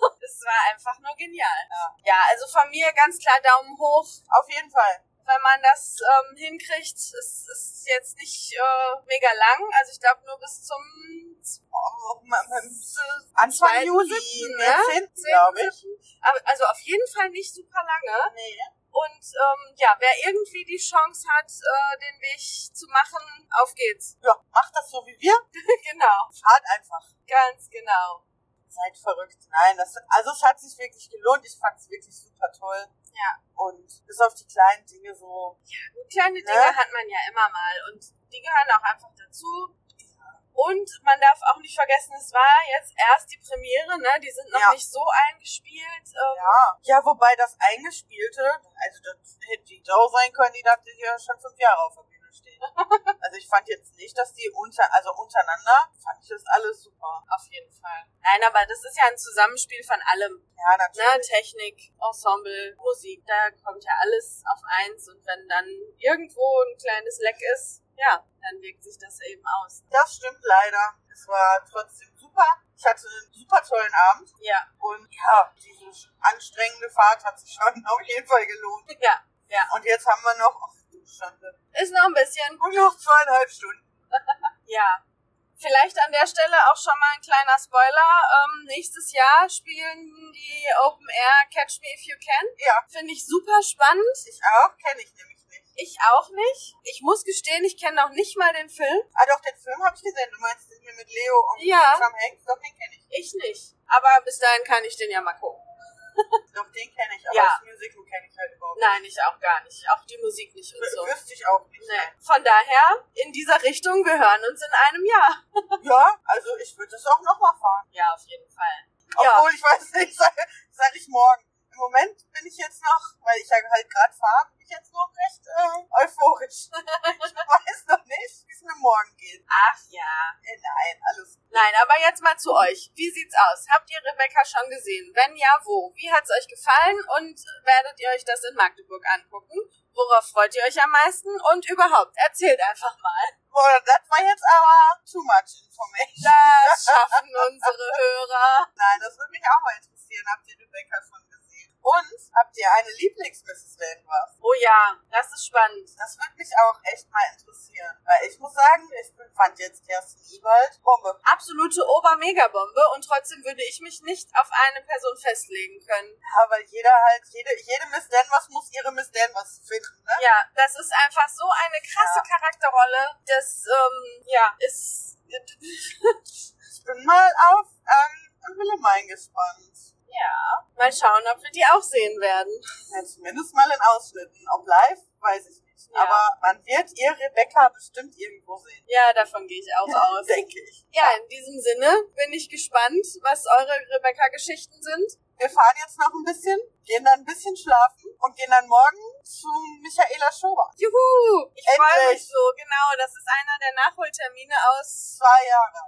[SPEAKER 1] So. Das war einfach nur genial. Ja. also von mir ganz klar Daumen hoch.
[SPEAKER 2] Auf jeden Fall.
[SPEAKER 1] wenn man das ähm, hinkriegt, es ist jetzt nicht äh, mega lang. Also ich glaube nur bis zum
[SPEAKER 2] Oh, m- m- Anfang
[SPEAKER 1] Zweiten,
[SPEAKER 2] Juli,
[SPEAKER 1] siebten, ne?
[SPEAKER 2] 10. glaube ich.
[SPEAKER 1] aber- also auf jeden Fall nicht super lange.
[SPEAKER 2] Nee.
[SPEAKER 1] Und ähm, ja, wer irgendwie die Chance hat, äh, den Weg zu machen, auf geht's.
[SPEAKER 2] Ja, macht das so wie wir.
[SPEAKER 1] genau,
[SPEAKER 2] Fahrt einfach.
[SPEAKER 1] ganz genau.
[SPEAKER 2] Seid verrückt. Nein, das, also es hat sich wirklich gelohnt. Ich fand es wirklich super toll.
[SPEAKER 1] Ja.
[SPEAKER 2] Und bis auf die kleinen Dinge so.
[SPEAKER 1] Gut, kleine Dinge
[SPEAKER 2] Ne?
[SPEAKER 1] hat man ja immer mal und die gehören auch einfach dazu. Und man darf auch nicht vergessen, es war jetzt erst die Premiere, ne? Die sind noch
[SPEAKER 2] Ja.
[SPEAKER 1] nicht so eingespielt. Ähm,
[SPEAKER 2] Ja. Ja, wobei das Eingespielte, also das hätte die Dau sein können, die dachte hier schon fünf Jahre auf der Bühne stehen. Also ich fand jetzt nicht, dass die unter, also untereinander fand ich das alles super.
[SPEAKER 1] Auf jeden Fall. Nein, aber das ist ja ein Zusammenspiel von allem.
[SPEAKER 2] Ja,
[SPEAKER 1] Ne?
[SPEAKER 2] natürlich.
[SPEAKER 1] Technik, Ensemble, Musik, da kommt ja alles auf eins und wenn dann irgendwo ein kleines Leck ist, ja, dann wirkt sich das eben aus.
[SPEAKER 2] Das stimmt leider. Es war trotzdem super. Ich hatte einen super tollen Abend
[SPEAKER 1] Ja,
[SPEAKER 2] und ja, diese anstrengende Fahrt hat sich schon auf jeden Fall gelohnt.
[SPEAKER 1] ja.
[SPEAKER 2] Und jetzt haben wir noch, ach du Schande,
[SPEAKER 1] Ist noch ein bisschen,
[SPEAKER 2] und noch zweieinhalb Stunden.
[SPEAKER 1] ja. Vielleicht an der Stelle auch schon mal ein kleiner Spoiler. Ähm, nächstes Jahr spielen die Open Air Catch Me If You Can.
[SPEAKER 2] Ja,
[SPEAKER 1] Finde ich super spannend.
[SPEAKER 2] ich auch, kenne ich nämlich nicht.
[SPEAKER 1] Ich auch nicht. Ich muss gestehen, ich kenne noch nicht mal den Film.
[SPEAKER 2] Ah doch, den Film habe ich gesehen. Du meinst den hier mit Leo und
[SPEAKER 1] Ja.
[SPEAKER 2] Tom Hanks? Doch, den kenne ich.
[SPEAKER 1] Ich nicht. Aber bis dahin kann ich den ja mal gucken.
[SPEAKER 2] Doch, den kenne ich, aber
[SPEAKER 1] Ja.
[SPEAKER 2] das Musical kenne ich halt überhaupt
[SPEAKER 1] Nein, ich auch gar nicht. Auch die Musik nicht und
[SPEAKER 2] nicht.
[SPEAKER 1] so.
[SPEAKER 2] Wüsste ich auch nicht.
[SPEAKER 1] Nee. Von daher, in dieser Richtung, wir hören uns in einem Jahr.
[SPEAKER 2] Ja, also ich würde es auch nochmal fahren.
[SPEAKER 1] Ja, auf jeden Fall. Ja.
[SPEAKER 2] Obwohl, ich weiß nicht, sage sag ich morgen. Im Moment bin ich jetzt noch, weil ich ja halt gerade fahre, bin ich jetzt noch recht äh, euphorisch. ich weiß noch nicht, wie es mir morgen geht.
[SPEAKER 1] Ach ja.
[SPEAKER 2] Äh, nein, alles gut.
[SPEAKER 1] Nein, aber jetzt mal zu euch. Wie sieht's aus? Habt ihr Rebecca schon gesehen? Wenn ja, wo? Wie hat's euch gefallen und werdet ihr euch das in Magdeburg angucken? Worauf freut ihr euch am meisten? Und überhaupt, erzählt einfach mal.
[SPEAKER 2] Boah, das war jetzt aber too much information.
[SPEAKER 1] Das schaffen unsere Hörer.
[SPEAKER 2] Nein, das würde mich auch mal interessieren. Habt ihr Rebecca schon gesehen? Und habt ihr eine Lieblings-Mrs. Landgraf?
[SPEAKER 1] Oh ja, das ist spannend.
[SPEAKER 2] Das würde mich auch echt mal interessieren. Weil ich muss sagen, ich bin- fand jetzt Kerstin Ewald Bombe.
[SPEAKER 1] absolute Obermegabombe und trotzdem würde ich mich nicht auf eine Person festlegen können.
[SPEAKER 2] Ja, weil jeder halt, jede, jede Miss Danvers muss ihre Miss Danvers finden, ne?
[SPEAKER 1] Ja, das ist einfach so eine krasse
[SPEAKER 2] Ja.
[SPEAKER 1] Charakterrolle. Das, ähm, ja, ist.
[SPEAKER 2] Ich bin mal auf ähm, Willemein gespannt.
[SPEAKER 1] Ja. Mal schauen, ob wir die auch sehen werden.
[SPEAKER 2] Ja, zumindest mal in Ausschnitten. Ob live, weiß ich nicht.
[SPEAKER 1] Ja.
[SPEAKER 2] Aber man wird ihr Rebecca bestimmt irgendwo sehen.
[SPEAKER 1] Ja, davon gehe ich auch aus.
[SPEAKER 2] Denke ich.
[SPEAKER 1] Ja, in diesem Sinne bin ich gespannt, was eure Rebecca-Geschichten sind.
[SPEAKER 2] Wir fahren jetzt noch ein bisschen, gehen dann ein bisschen schlafen und gehen dann morgen zu Michaela Schober.
[SPEAKER 1] Juhu! Ich freue mich
[SPEAKER 2] Endlich.
[SPEAKER 1] so, genau. Das ist einer der Nachholtermine aus
[SPEAKER 2] Zwei Jahre.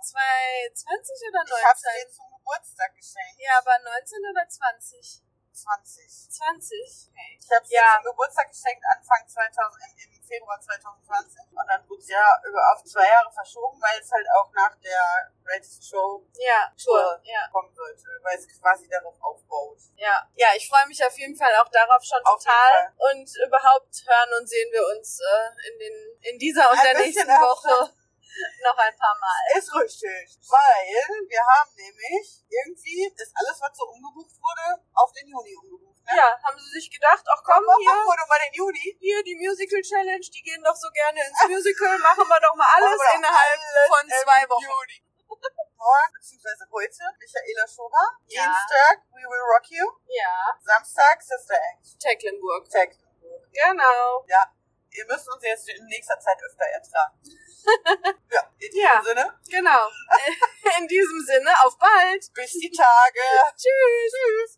[SPEAKER 1] 2020 oder
[SPEAKER 2] Ich habe
[SPEAKER 1] 19?
[SPEAKER 2] ihr zum Geburtstag geschenkt.
[SPEAKER 1] Ja, aber 19 oder 20?
[SPEAKER 2] 20.
[SPEAKER 1] 20. Okay.
[SPEAKER 2] Ich habe
[SPEAKER 1] Ja.
[SPEAKER 2] ja. zum Geburtstag geschenkt, Anfang 2000, im, im Februar 2020. Und dann wurde es ja über- auf zwei Jahre verschoben, weil es halt auch nach der Greatest Show
[SPEAKER 1] Ja, Tour.
[SPEAKER 2] Tour.
[SPEAKER 1] Ja,
[SPEAKER 2] kommen sollte, weil es quasi darauf aufbaut.
[SPEAKER 1] ja. Ja, ich freue mich auf jeden Fall auch darauf schon
[SPEAKER 2] Auf jeden
[SPEAKER 1] total. Und überhaupt hören und sehen wir uns äh, in, den, in dieser und
[SPEAKER 2] Ein
[SPEAKER 1] der
[SPEAKER 2] bisschen
[SPEAKER 1] nächsten Woche noch ein paar Mal.
[SPEAKER 2] Ist richtig, weil wir haben nämlich irgendwie ist alles, was so umgebucht wurde, auf den Juni umgebucht. Ne?
[SPEAKER 1] Ja, haben Sie sich gedacht, ach komm,
[SPEAKER 2] Warum
[SPEAKER 1] hier,
[SPEAKER 2] wurde mal den Juni?
[SPEAKER 1] hier die Musical Challenge, die gehen doch so gerne ins Musical, machen wir doch mal alles
[SPEAKER 2] Machen wir doch
[SPEAKER 1] innerhalb
[SPEAKER 2] alles
[SPEAKER 1] von
[SPEAKER 2] im
[SPEAKER 1] zwei Wochen.
[SPEAKER 2] Juni. Morgen, beziehungsweise heute, Michaela Schober.
[SPEAKER 1] Ja.
[SPEAKER 2] Dienstag, We Will Rock You.
[SPEAKER 1] Ja,
[SPEAKER 2] Samstag, Sister Act.
[SPEAKER 1] Tecklenburg.
[SPEAKER 2] Tag.
[SPEAKER 1] Genau.
[SPEAKER 2] Ja, ihr müsst uns jetzt in nächster Zeit öfter ertragen. ja, in diesem
[SPEAKER 1] Ja.
[SPEAKER 2] Sinne,
[SPEAKER 1] Genau. In diesem Sinne, auf bald.
[SPEAKER 2] bis die Tage.
[SPEAKER 1] Tschüss. Tschüss.